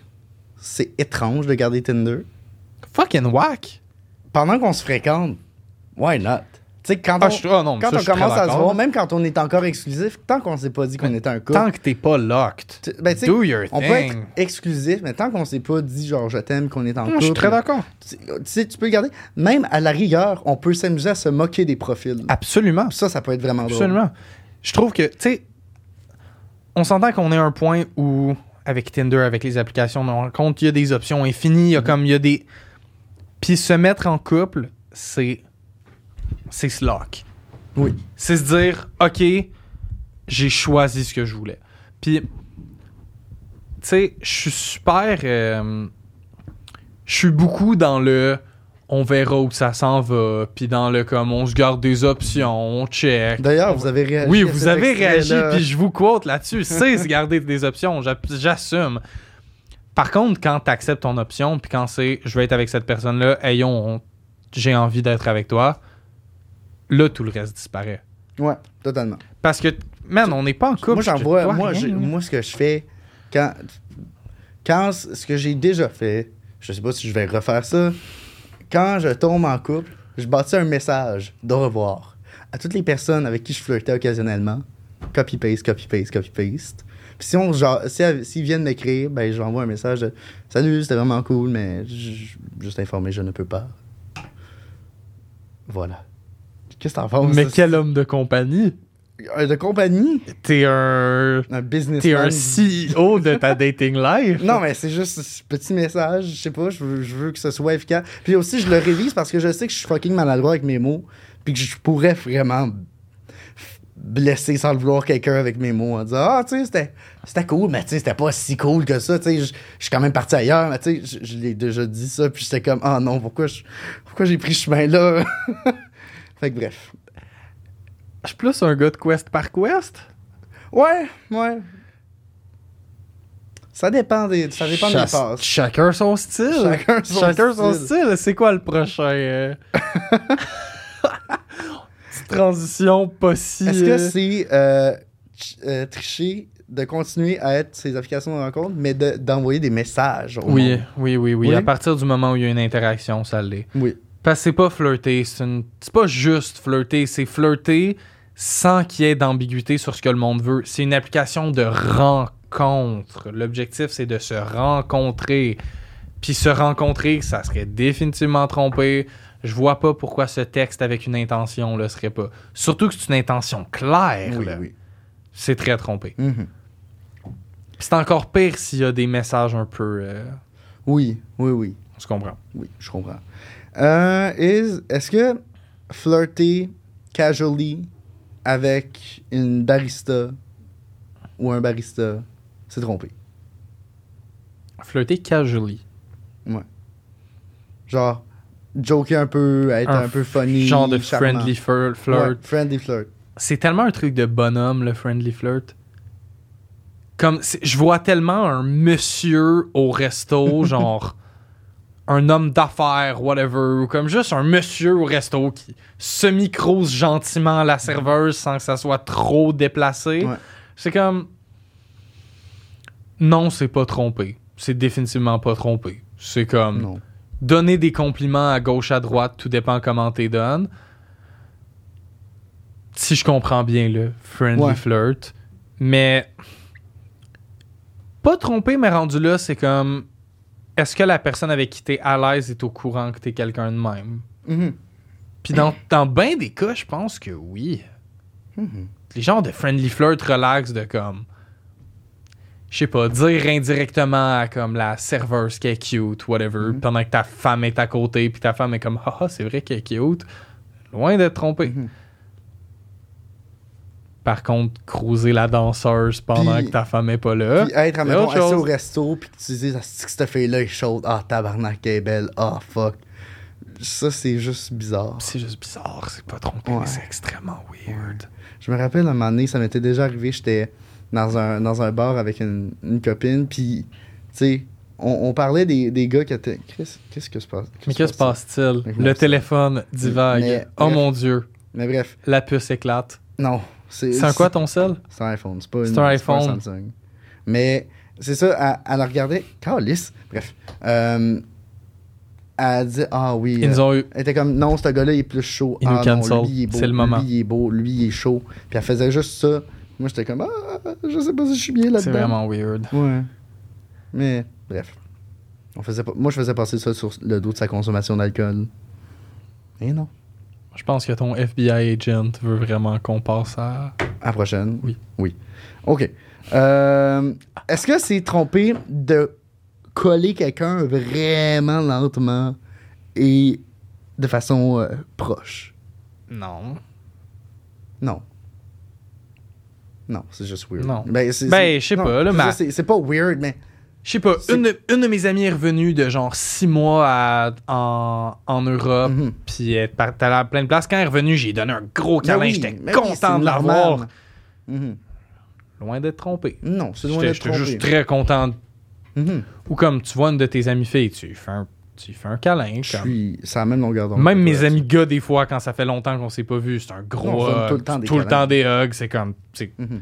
A: c'est étrange de garder Tinder.
B: Fucking whack
A: Pendant qu'on se fréquente, why not? Tu sais, quand on,
B: Ah, je- ah non, mais
A: quand
B: ça,
A: on
B: je suis
A: commence
B: très
A: à se
B: d'accord.
A: voir, même quand on est encore exclusif, tant qu'on s'est pas dit qu'on était un couple.
B: Tant que t'es pas locked,
A: tu- ben, tu sais,
B: do your
A: on
B: thing.
A: peut être exclusif, mais tant qu'on s'est pas dit genre je t'aime, qu'on est en couple.
B: Moi, je suis très d'accord.
A: Tu tu sais, tu peux le garder. Même à la rigueur, on peut s'amuser à se moquer des profils.
B: Absolument.
A: Ça, ça peut être vraiment drôle.
B: Ah. Absolument. Je trouve que, tu sais, on s'entend qu'on est à un point où, avec Tinder, avec les applications de rencontre, il y a des options infinies, il y a comme, il y a des... Puis se mettre en couple, c'est... C'est se lock.
A: Oui.
B: C'est se dire, OK, j'ai choisi ce que je voulais. Puis, tu sais, je suis super... euh, je suis beaucoup dans le on verra où ça s'en va, puis dans le comme on se garde des options, on check.
A: D'ailleurs, vous avez réagi.
B: Oui,
A: à
B: vous
A: cet
B: avez réagi,
A: extrait-là.
B: puis je vous quote là-dessus. C'est se garder des options, j'a- j'assume. Par contre, quand tu acceptes ton option, puis quand c'est je vais être avec cette personne-là, ayons, j'ai envie d'être avec toi, là, tout le reste disparaît.
A: Ouais, totalement.
B: Parce que, man, on n'est pas en couple.
A: moi, j'en
B: je
A: vois.
B: dois
A: Moi,
B: rien,
A: j'ai-
B: là.
A: moi, ce que je fais, quand, quand c- ce que j'ai déjà fait, je sais pas si je vais refaire ça. Quand je tombe en couple, je bâtis un message de revoir à toutes les personnes avec qui je flirtais occasionnellement. Copy paste, copy paste, copy paste. Puis si on genre, si elle- s'ils viennent m'écrire, ben je leur envoie un message. De, Salut, c'était vraiment cool, mais j- j- juste informé, je ne peux pas. Voilà. Qu'est-ce que t'en penses
B: Mais
A: ça?
B: quel homme de compagnie.
A: Un de compagnie,
B: T'es un.
A: un businessman.
B: T'es un CEO de ta dating life.
A: Non, mais c'est juste ce petit message, je sais pas, je veux, je veux que ce soit efficace. Puis aussi, je le révise parce que je sais que je suis fucking maladroit avec mes mots, puis que je pourrais vraiment blesser sans le vouloir quelqu'un avec mes mots en disant Ah, tu sais, c'était- c'était cool, mais tu sais, c'était pas si cool que ça, tu sais, je je suis quand même parti ailleurs, mais tu sais, je- je l'ai déjà dit ça, puis j'étais comme Ah non, pourquoi je- pourquoi j'ai pris ce chemin-là (laughs) Fait que bref.
B: Je suis plus un gars de quest par quest.
A: Ouais, ouais. Ça dépend des, ça dépend des
B: Chac-
A: passes.
B: Chacun son style.
A: Chacun son
B: Chacun son
A: style.
B: style. C'est quoi le
A: (laughs)
B: prochain euh, Petite transition pas si.
A: Est-ce que
B: euh,
A: c'est euh, ch- euh, tricher de continuer à être ces applications de rencontre, mais de- d'envoyer des messages au
B: Oui,
A: monde?
B: oui, oui, oui,
A: Oui?
B: À partir du moment où il y a une interaction, ça l'est.
A: Oui.
B: Parce que c'est pas flirter, c'est une- c'est pas juste flirter, c'est flirter sans qu'il y ait d'ambiguïté sur ce que le monde veut. C'est une application de rencontre. L'objectif, c'est de se rencontrer. Puis se rencontrer, ça serait définitivement trompé. Je vois pas pourquoi ce texte avec une intention le serait pas. Surtout que c'est une intention claire.
A: Oui,
B: là.
A: oui.
B: C'est très trompé.
A: Mhm.
B: Puis c'est encore pire s'il y a des messages un peu. euh,
A: oui, oui, oui,
B: on se comprend.
A: oui, je comprends. Euh, is- Est-ce que flirter casually avec une barista ou un barista, c'est trompé?
B: Flirter casually.
A: Genre, joker un peu, être un, peu funny.
B: Genre de
A: charmant.
B: friendly fir- flirt.
A: Ouais, friendly flirt.
B: C'est tellement un truc de bonhomme, le friendly flirt. Comme, c'est- je vois tellement un monsieur
A: (laughs)
B: au resto, genre un homme d'affaires, whatever, ou comme juste un monsieur au resto qui semi-crouse gentiment à la serveuse sans que ça soit trop déplacé.
A: Ouais.
B: C'est comme. Non, c'est pas trompé. C'est définitivement pas trompé. C'est comme
A: Non.
B: donner des compliments à gauche, à droite, tout dépend comment t'es donnes. Si je comprends bien le friendly
A: Ouais.
B: flirt, mais pas trompé, mais rendu là, c'est comme est-ce que la personne avec qui t'es à l'aise est au courant que t'es quelqu'un de même?
A: Mhm.
B: Puis dans, dans bien des cas, je pense que oui.
A: Mhm.
B: Les genres de friendly flirt relax de comme. Je sais pas, dire indirectement à comme la serveuse qui est cute, whatever,
A: Mm-hmm.
B: pendant que ta femme est à côté, puis ta femme est comme, ah, ah, c'est vrai qu'elle est cute. Loin d'être trompée.
A: Mhm.
B: Par contre, croiser la danseuse pendant
A: Puis-
B: que ta femme est pas là.
A: Puis être,
B: c'est
A: admettons,
B: autre
A: assis
B: chose.
A: au resto, puis que tu dis, ah, c'est que cette fille-là est chaude. Ah, tabarnak, elle est belle. Ah, fuck. Ça, c'est juste bizarre.
B: C'est juste bizarre, c'est pas trompé,
A: Ouais.
B: c'est extrêmement weird.
A: Je me rappelle, à un moment donné, ça m'était déjà arrivé, j'étais dans un, dans un bar avec une, une copine, puis, tu sais, on, on parlait des, des gars qui étaient... Qu'est-ce qu'est-ce que se passe?
B: Mais que se passe-t-il?
A: Mais
B: Le
A: comment ça?
B: téléphone divague.
A: Mais-
B: oh
A: mais-
B: mon dieu,
A: Mais bref,
B: la puce éclate.
A: non. C'est
B: C'est un quoi ton sel?
A: C'est un iPhone, c'est pas,
B: C'est
A: une,
B: un
A: pas
B: iPhone.
A: Samsung. Mais c'est ça, elle, elle a regardé. Calice! Bref. Euh, elle, à dire Ah oui.
B: Ils
A: euh,
B: nous ont eu.
A: Elle était comme non, ce gars-là il est plus chaud.
B: Il nous
A: Ah non,
B: cancel.
A: lui, il est beau.
B: C'est le moment.
A: Lui il est beau, lui il est chaud. Puis elle faisait juste ça. Moi j'étais comme ah, je sais pas si je suis bien là-dedans.
B: C'est vraiment weird.
A: Ouais. Mais bref. On faisait pas- Moi je faisais passer ça sur le dos de sa consommation d'alcool. Et non.
B: Je pense que ton FBI agent veut vraiment qu'on passe à.
A: À la prochaine.
B: Oui.
A: Oui. OK. Euh, Est-ce que c'est trompé de coller quelqu'un vraiment lentement et de façon euh, proche?
B: Non.
A: Non. Non, c'est juste weird.
B: Non.
A: Ben, c'est-
B: Ben,
A: c'est-
B: je sais
A: non,
B: pas, là,
A: c'est
B: mais-
A: ça, C'est c'est pas weird, mais.
B: Je sais pas,
A: C'est-
B: une, de- une de mes amies est revenue de genre six mois à- en, en Europe,
A: Mhm.
B: puis elle est par- allée à plein de places. Quand elle est revenue, j'ai donné un gros câlin.
A: Ben oui,
B: J'étais
A: ben oui,
B: content
A: c'est
B: de l'avoir.
A: normal. Mhm.
B: Loin d'être trompé.
A: Non, c'est loin
B: J'étais
A: d'être
B: j'étais
A: trompé.
B: juste très content. de-
A: Mhm.
B: Ou comme tu vois une de tes amies filles, tu lui fais un, tu lui fais un câlin.
A: Je
B: comme-
A: suis. C'est la même longueur d'onde.
B: Même
A: que
B: mes
A: toi,
B: amis gars, des fois, quand ça fait longtemps qu'on s'est pas vu, c'est un
A: Non,
B: gros
A: on se donne
B: hug.
A: tout le temps des câlins.
B: des hugs. C'est comme. C'est
A: Mhm.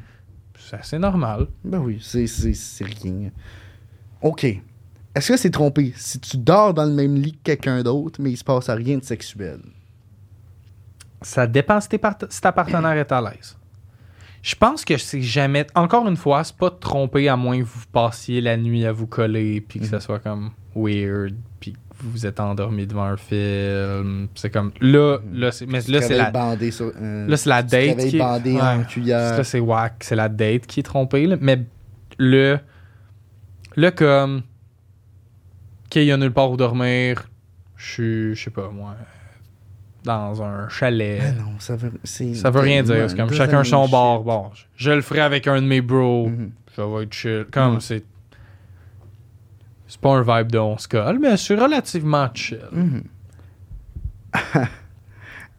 B: c'est assez normal.
A: Ben oui, c'est- c'est c'est rien. OK. Est-ce que c'est trompé si tu dors dans le même lit que quelqu'un d'autre, mais il se passe à rien de sexuel?
B: Ça dépend si, t'es part- si ta partenaire est à l'aise. Je pense que c'est jamais. Encore une fois, c'est pas de tromper à moins que vous passiez la nuit à vous coller, puis que
A: Mm-hmm.
B: ça soit comme weird, puis que vous vous êtes endormi devant un film. C'est comme. Là, là c'est mais
A: Tu
B: là, c'est
A: travailles
B: la.
A: bandé sur, euh,
B: Là, c'est la
A: tu
B: date
A: travailles
B: qui est-
A: bandé
B: Ouais.
A: en cuillère.
B: Ça, c'est whack. C'est la date qui est trompée. là. Mais le. Le comme. OK, il y a nulle part où dormir. Je suis, je sais pas moi. Dans un chalet.
A: Ben non, ça veut, c'est
B: Ça veut rien dire. C'est comme chacun son
A: shit.
B: bord. Bon, je, je le ferai avec un de mes bros.
A: Mhm.
B: Ça va être chill. Comme
A: Mhm.
B: c'est. C'est pas un vibe de on se colle, mais c'est relativement chill.
A: Mhm.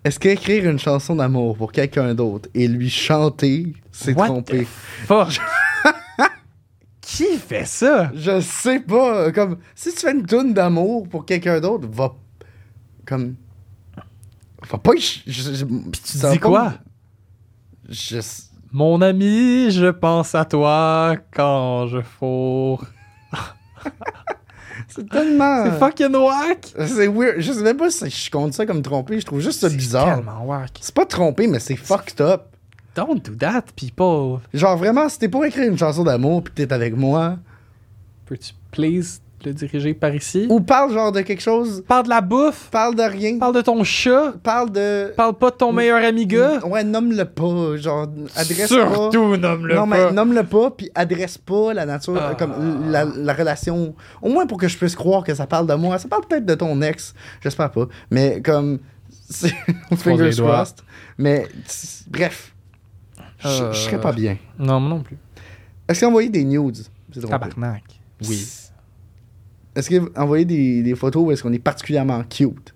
A: Est-ce qu'écrire une chanson d'amour pour quelqu'un d'autre et lui chanter, c'est
B: What
A: trompé?
B: the fuck? (laughs) Qui fait ça?
A: Je sais pas. Comme, si tu fais une tune d'amour pour quelqu'un d'autre, va. Comme. Va pas. Je, je- je-
B: Tu
A: ça va
B: dis
A: pas-
B: quoi?
A: Je. s-
B: Mon ami, je pense à toi quand je fourre.
A: C'est tellement.
B: C'est fucking whack!
A: C'est weird. Je sais même pas si je compte ça comme trompé. Je trouve juste ça
B: C'est
A: bizarre.
B: tellement whack.
A: C'est pas trompé, mais c'est fucked up.
B: Don't do that, people.
A: Genre, vraiment, si t'es pour écrire une chanson d'amour pis t'es avec moi,
B: Peux-tu please le diriger par ici?
A: ou parle genre de quelque chose,
B: Parle de la bouffe!
A: parle de rien,
B: Parle de ton chat!
A: parle de.
B: Parle pas de ton meilleur ami gars!
A: Ouais, nomme-le pas. Genre, adresse pas.
B: Surtout nomme-le
A: non,
B: pas.
A: mais nomme-le pas, puis adresse pas la nature,
B: Ah.
A: comme la, la relation. Au moins pour que je puisse croire que ça parle de moi. Ça parle peut-être de ton ex, j'espère pas. Mais comme. (laughs) c'est-
B: les
A: Fingers
B: doigts.
A: crossed. Mais tss, bref. Je je serais
B: Euh.
A: pas bien.
B: Non, moi non plus.
A: Est-ce qu'envoyer des nudes C'est drôle.
B: Tabarnak. Oui.
A: Psst. Est-ce qu'envoyer des, des photos où est-ce qu'on est particulièrement cute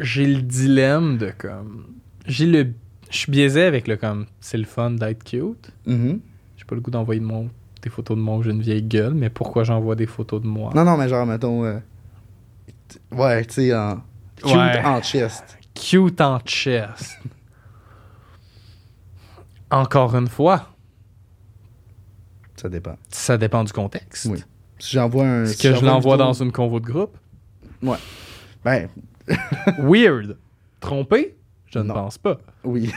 B: J'ai le dilemme de comme. J'ai le. Je suis biaisé avec le comme. C'est le fun d'être cute.
A: Mhm.
B: J'ai pas le goût d'envoyer de mon... des photos de mon jeune vieille gueule, mais pourquoi j'envoie des photos de moi?
A: Non, non, mais genre, mettons. euh, t- ouais, tu sais, en. Cute
B: Ouais.
A: en chest.
B: Cute en chest. Encore une fois,
A: Ça dépend.
B: ça dépend du contexte.
A: Oui. Si j'envoie un.
B: Est-ce
A: si
B: que je
A: j'envoie une
B: l'envoie
A: photo-
B: dans une convo de groupe?
A: Ben,
B: Weird. Trompé? Je ne
A: Non.
B: pense pas.
A: oui.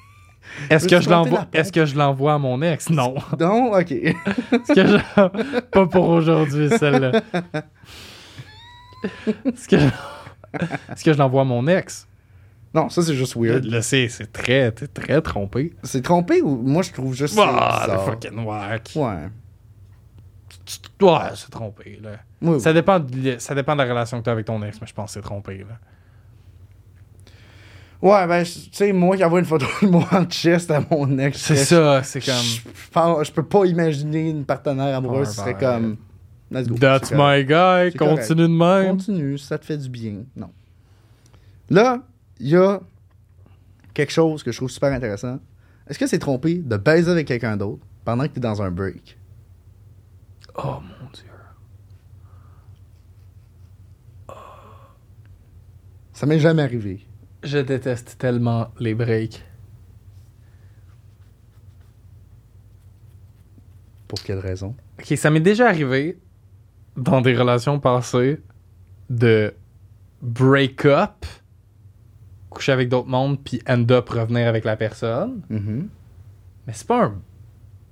A: (laughs)
B: Est-ce que,
A: Veux-tu tenter
B: je
A: la
B: l'envoie,
A: pompe?
B: est-ce que je l'envoie à mon ex? Non.
A: Donc, ok.
B: (laughs)
A: (laughs)
B: Est-ce que je... Pas pour aujourd'hui, celle-là. Est-ce que, est-ce que je l'envoie à mon ex?
A: non, ça, c'est juste weird.
B: Là, c'est, c'est très, t'es très trompé.
A: C'est trompé ou. Moi, je trouve juste.
B: Ah,
A: ça
B: le
A: bizarre.
B: fucking whack.
A: Ouais.
B: Tu- tu- Ouais, c'est trompé, là.
A: Oui, oui.
B: Ça dépend, de, ça dépend de la relation que tu as avec ton ex, mais je pense que c'est trompé. Là.
A: Ouais, ben, je- tu sais, moi qui envoie une photo de moi en chest à mon ex.
B: C'est
A: je-
B: ça, c'est
A: Je,
B: comme.
A: je pense- je peux pas imaginer une partenaire amoureuse qui
B: Ouais,
A: serait
B: ben,
A: comme. Let's go.
B: That's
A: C'est correct.
B: my guy,
A: C'est
B: continue de même.
A: Continue, ça te fait du bien. Non. Là, il y a quelque chose que je trouve super intéressant. Est-ce que c'est trompé de baiser avec quelqu'un d'autre pendant que t'es dans un break?
B: Oh mon dieu.
A: Ça m'est jamais arrivé.
B: Je déteste tellement les breaks.
A: quelle raison.
B: Ok, ça m'est déjà arrivé dans des relations passées de break up, coucher avec d'autres mondes, puis end up revenir avec la personne.
A: Mhm.
B: Mais c'est pas un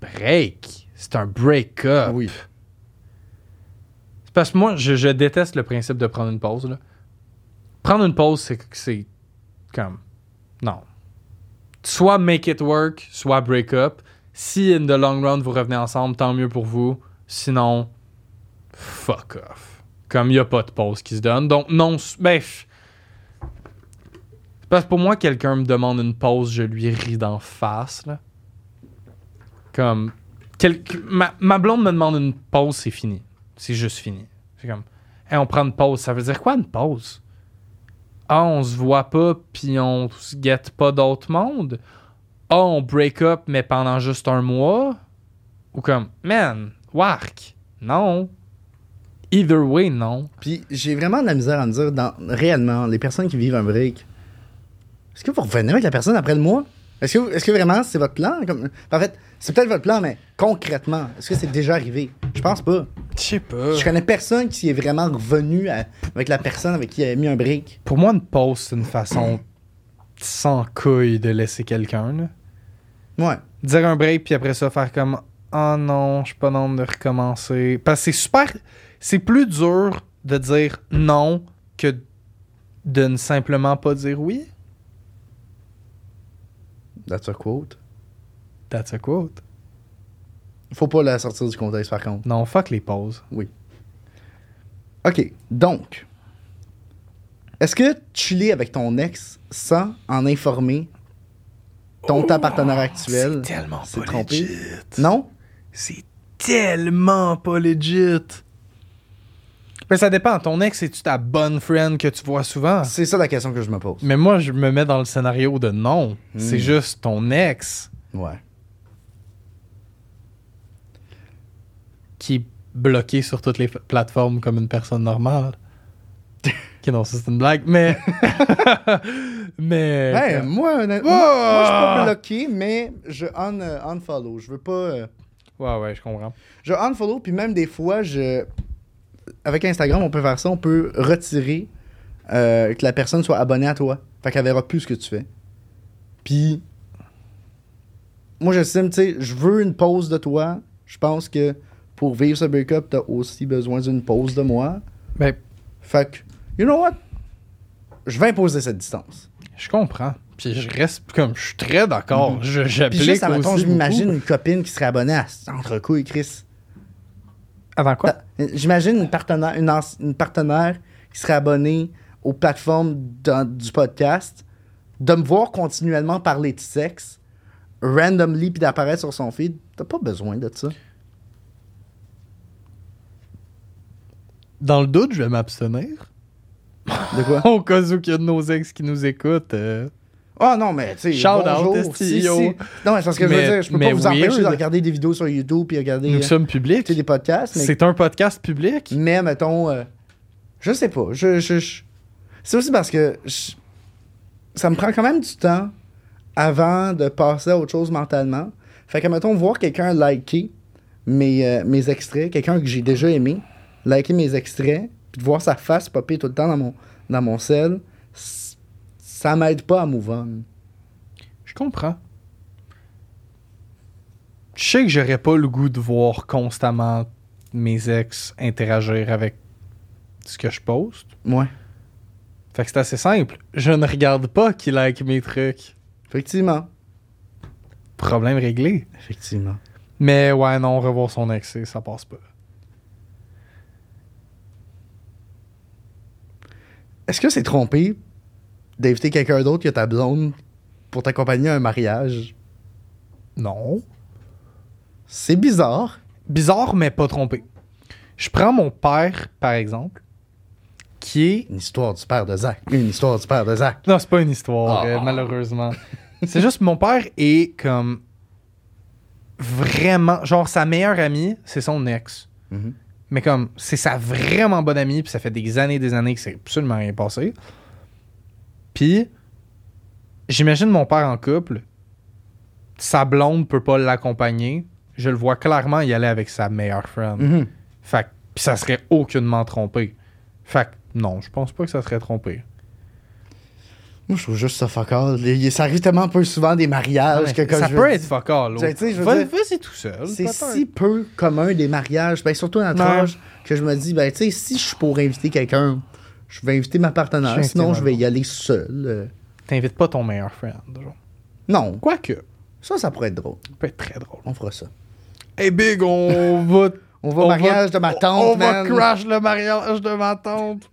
B: break, c'est un break up.
A: Oui.
B: C'est parce que moi, je, je déteste le principe de prendre une pause. là. Prendre une pause, c'est c'est comme. Non. Soit make it work, soit break up. Si in the long run, vous revenez ensemble, tant mieux pour vous. Sinon, fuck off. Comme il n'y a pas de pause qui se donne. Donc, non. s- Ben. pff. C'est Parce que pour moi, quelqu'un me demande une pause, je lui ris d'en face. Là. Comme. quel- ma, ma blonde me demande une pause, c'est fini. C'est juste fini. C'est comme. Hey, on prend une pause. Ça veut dire quoi une pause? Ah, on se voit pas, puis on se guette pas d'autre monde. Ah, on break up, mais pendant juste un mois. Ou comme, man, wark. Non. Either way, non.
A: Puis j'ai vraiment de la misère à me dire, dans, réellement, les personnes qui vivent un break, est-ce que vous revenez avec la personne après le mois? Est-ce que, est que vraiment c'est votre plan? Comme, en fait, c'est peut-être votre plan, mais concrètement, est-ce que c'est déjà arrivé? Je pense pas.
B: Je sais pas.
A: Je connais personne qui est vraiment revenu à- avec la personne avec qui il a mis un break.
B: Pour moi, une pause, c'est une façon sans couille de laisser quelqu'un. là.
A: Ouais.
B: dire un break puis après ça faire comme oh non, je suis pas nombre de recommencer. Parce que c'est super. C'est plus dur de dire non que de ne simplement pas dire oui.
A: That's a quote.
B: That's a quote.
A: Faut pas la sortir du contexte, par contre.
B: Non, fuck les pauses.
A: OK. Donc, est-ce que chiller avec ton ex sans en informer ton ta partenaire actuel?
B: tellement
A: s'est trompé? Non?
B: C'est tellement pas legit. Mais ça dépend. Ton ex, c'est-tu ta bonne friend que tu vois souvent?
A: C'est ça la question que je me pose.
B: Mais moi, je me mets dans le scénario de non.
A: Hmm.
B: C'est juste ton ex.
A: Ouais.
B: qui est bloqué sur toutes les f- plateformes comme une personne (laughs) normale. ok, non, ça c'est une blague, mais. (laughs) mais.
A: Hey, Ben, moi, honnêtement,
B: Oh!
A: moi, je suis pas bloqué, mais je un unfollow. Je veux pas. euh,
B: Ouais, ouais, je comprends.
A: Je unfollow, puis même des fois, je. Avec Instagram, on peut faire ça, on peut retirer euh, que la personne soit abonnée à toi. Fait qu'elle verra plus ce que tu fais. Puis. Moi, j'estime, tu sais, je veux une pause de toi. Je pense que pour vivre ce break-up, t'as aussi besoin d'une pause de moi.
B: Ben,
A: Fait que, you know what? Je vais imposer cette distance.
B: je comprends. Puis je reste comme. Je suis très d'accord. Je-
A: Puis
B: J'applique.
A: juste, admettons,
B: aussi
A: je m'imagine
B: beaucoup.
A: une copine qui serait abonnée à Entrecouille, Chris.
B: Avant quoi
A: Ta- Bah, J'imagine une partenaire, une, anci- une partenaire qui serait abonnée aux plateformes dans- du podcast, de me voir continuellement parler de sexe, randomly, puis d'apparaître sur son feed. T'as pas besoin de ça.
B: Dans le doute, je vais m'abstenir.
A: De quoi?
B: Au cas où qu'il y a de nos ex qui nous écoutent. euh,
A: Ah non, mais tu sais,
B: Shout out,
A: bonjour,
B: esti,
A: si,
B: yo.
A: si. Non, mais c'est parce que je
B: Mais-
A: veux dire, je peux pas
B: mais
A: vous empêcher
B: weird.
A: de regarder des vidéos sur YouTube puis regarder
B: nous
A: euh,
B: sommes publics.
A: écouter des podcasts, mais
B: C'est un podcast public.
A: Mais mettons, euh, je sais pas. Je, je- je- C'est aussi parce que je- ça me prend quand même du temps avant de passer à autre chose mentalement. Fait que mettons voir quelqu'un liker mes, euh, mes extraits, quelqu'un que j'ai déjà aimé, liker mes extraits, puis de voir sa face popper tout le temps dans mon dans mon sel, c- ça m'aide pas à move on.
B: Je comprends. Je sais que j'aurais pas le goût de voir constamment mes ex interagir avec ce que je poste.
A: Ouais.
B: Fait que c'est assez simple. Je ne regarde pas qui like mes trucs.
A: Effectivement.
B: Problème réglé.
A: Effectivement.
B: Mais ouais, non, revoir son ex, c'est- ça passe pas.
A: Est-ce que c'est trompé d'inviter quelqu'un d'autre que ta blonde pour t'accompagner à un mariage?
B: Non.
A: C'est bizarre.
B: Bizarre, mais pas trompé. Je prends mon père, par exemple, qui est
A: Une histoire du père de Zach. Une histoire du père de Zach.
B: Non, c'est pas une histoire,
A: Ah.
B: euh, malheureusement. c'est juste mon père est comme vraiment genre sa meilleure amie, c'est son ex.
A: Mhm.
B: Mais comme c'est sa vraiment bonne amie, puis ça fait des années et des années que c'est absolument rien passé. Puis j'imagine mon père en couple, sa blonde peut pas l'accompagner, je le vois clairement y aller avec sa meilleure friend.
A: Mhm.
B: Fait que- pis ça serait aucunement trompé. Fait que non, je pense pas que ça serait trompé.
A: Moi, je trouve juste ça fuck all. Il- il- Ça arrive tellement peu souvent des mariages que comme
B: ça
A: je
B: peut
A: veux-
B: être fuck all.
A: Tu sais, je veux
B: Va-
A: dire-
B: Vas-y tout seul.
A: C'est
B: peut-être.
A: si peu commun des mariages, ben, surtout à notre
B: Ouais.
A: âge, que je me dis, ben, tu sais, si je suis pour inviter quelqu'un, je vais inviter ma
B: Je vais
A: partenaire,
B: inviter
A: sinon
B: ma
A: je vais
B: blonde.
A: y aller seul. euh.
B: T'invites pas ton meilleur friend. genre.
A: Non,
B: Quoique,
A: ça, ça pourrait être drôle.
B: ça peut être très drôle.
A: On fera ça.
B: Hey Big, (laughs) on va.
A: On va au mariage de ma tante,
B: On
A: man.
B: va crash le mariage de ma tante.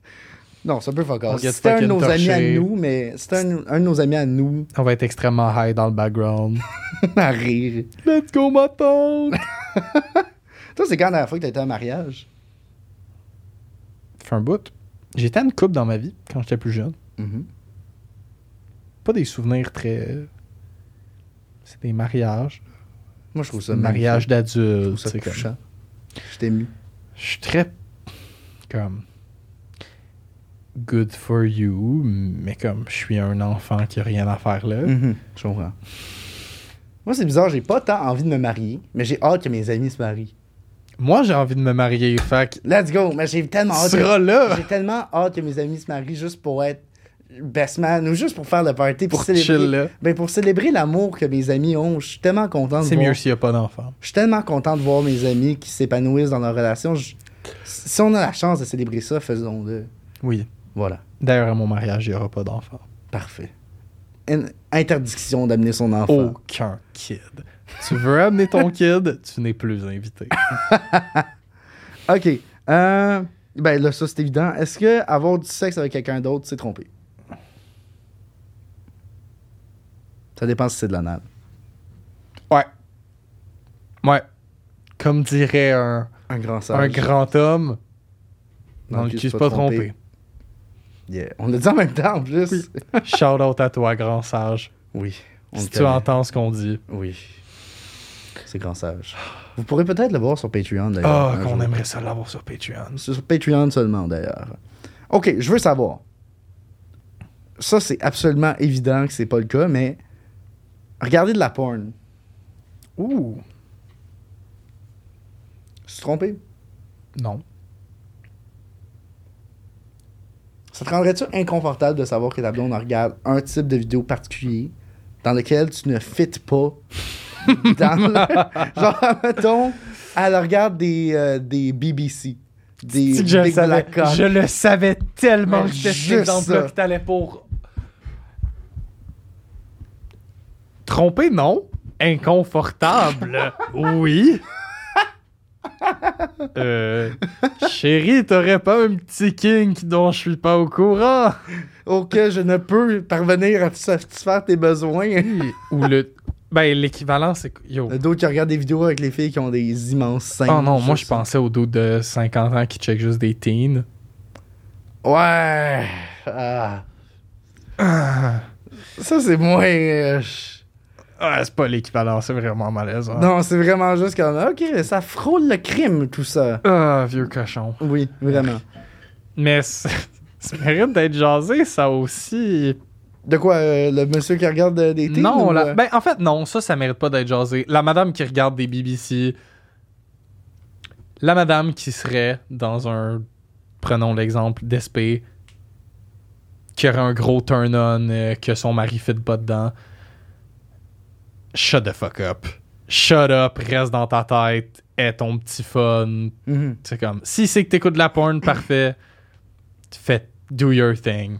A: Non, ça peut fuck
B: On
A: off.
B: get
A: C'était un de
B: fucking
A: nos amis à
B: torché.
A: nous, mais c'était un, un de nos amis à nous (laughs)
B: On va être extrêmement high dans le background.
A: à rire.
B: (laughs) Let's go, ma tante.
A: Toi, c'est quand la dernière fois que t'as été à un mariage?
B: fait un bout. J'étais à une coupe dans ma vie quand j'étais plus jeune.
A: Mm-hmm.
B: Pas des souvenirs très. C'est des mariages.
A: Moi, je trouve ça
B: Des mariages
A: magnifique. Je
B: d'adultes.
A: trouve ça
B: c'est comme-
A: touchant. Je t'ai mis.
B: Je suis très. Comme. Good for you, mais comme je suis un enfant qui a rien à faire là.
A: Je comprends. Moi, c'est bizarre, j'ai pas tant envie de me marier, mais j'ai hâte que mes amis se marient.
B: Moi, j'ai envie de me marier, fait que.
A: Let's go! Mais j'ai tellement
B: Tu
A: hâte. que-
B: seras là!
A: J'ai tellement hâte que mes amis se marient juste pour être best man ou juste pour faire le party, pour,
B: Pour
A: célébrer.
B: chill là.
A: Ben, pour célébrer l'amour que mes amis ont. Je suis tellement content de
B: C'est
A: voir-
B: mieux s'il n'y a pas d'enfant.
A: Je suis tellement content de voir mes amis qui s'épanouissent dans leur relation. Je- Si on a la chance de célébrer ça, faisons-le.
B: Oui.
A: Voilà.
B: D'ailleurs, à mon mariage, il n'y aura pas d'enfant.
A: Parfait. Une interdiction d'amener son
B: Oh,
A: enfant.
B: Aucun kid. Tu veux amener
A: (laughs)
B: ton kid, tu n'es plus invité.
A: OK. Euh, ben là, ça, c'est évident. Est-ce que avoir du sexe avec quelqu'un d'autre, c'est tromper? Ça dépend si c'est de la nade.
B: Ouais. Ouais. Comme dirait un,
A: Un grand sage.
B: un grand homme, dans le cul, c'est pas trompé.
A: Yeah. On le dit en même temps, en plus. Oui.
B: Shout out à toi, grand sage.
A: On
B: si
A: le
B: tu
A: connaît.
B: entends ce qu'on dit.
A: Oui. C'est grand sage. Vous pourrez peut-être le voir sur Patreon, d'ailleurs.
B: Ah,
A: un
B: qu'on
A: jour.
B: aimerait ça l'avoir sur Patreon.
A: C'est sur Patreon seulement, d'ailleurs. OK, je veux savoir. Ça, c'est absolument évident que c'est pas le cas, mais regarder de la porn,
B: Ouh.
A: se tromper,
B: Non.
A: ça te rendrait-tu inconfortable de savoir que ta blonde regarde un type de vidéo particulier dans lequel tu ne fites
B: (laughs)
A: pas dans le- Genre, mettons, elle regarde des, euh, des BBC, des
B: Si que je, le
A: Big
B: savais,
A: Black Cock.
B: je le savais tellement
A: Mais
B: que c'était
A: juste
B: cet exemple-là
A: ça.
B: que t'allais pour. Trompé, non.
A: (laughs)
B: Inconfortable, oui. Euh, chérie, t'aurais pas un petit kink dont je suis pas au courant?
A: auquel je ne peux parvenir à satisfaire tes besoins.
B: Ou le. Ben, l'équivalent, c'est. que- Yo.
A: Il y en a D'autres qui regardent des vidéos avec les filles qui ont des immenses seins.
B: Oh non, moi je
A: sais.
B: pensais au dos de 50 ans qui check juste des teens.
A: Ouais. Ah. Ça, c'est moins. euh, ch-
B: Ah, c'est pas l'équivalent, c'est vraiment malaisant.
A: Non, c'est vraiment juste comme. Ok, ça frôle le crime, tout ça.
B: Ah, vieux cochon.
A: Oui, vraiment.
B: Mais c- (laughs) ça mérite d'être jasé, ça aussi.
A: De quoi euh, Le monsieur qui regarde euh, des teens
B: non,
A: ou,
B: la-
A: euh,
B: ben, en fait, non, ça, ça mérite pas d'être jasé. La madame qui regarde des BBC. La madame qui serait dans un. Prenons l'exemple d'SP. Qui aurait un gros turn-on, euh, que son mari fit pas dedans. Shut the fuck up. Shut up, reste dans ta tête, aie ton petit fun.
A: mhm.
B: C'est comme. Si c'est que t'écoutes de la porn, (clears throat) parfait. Fais. Do your thing.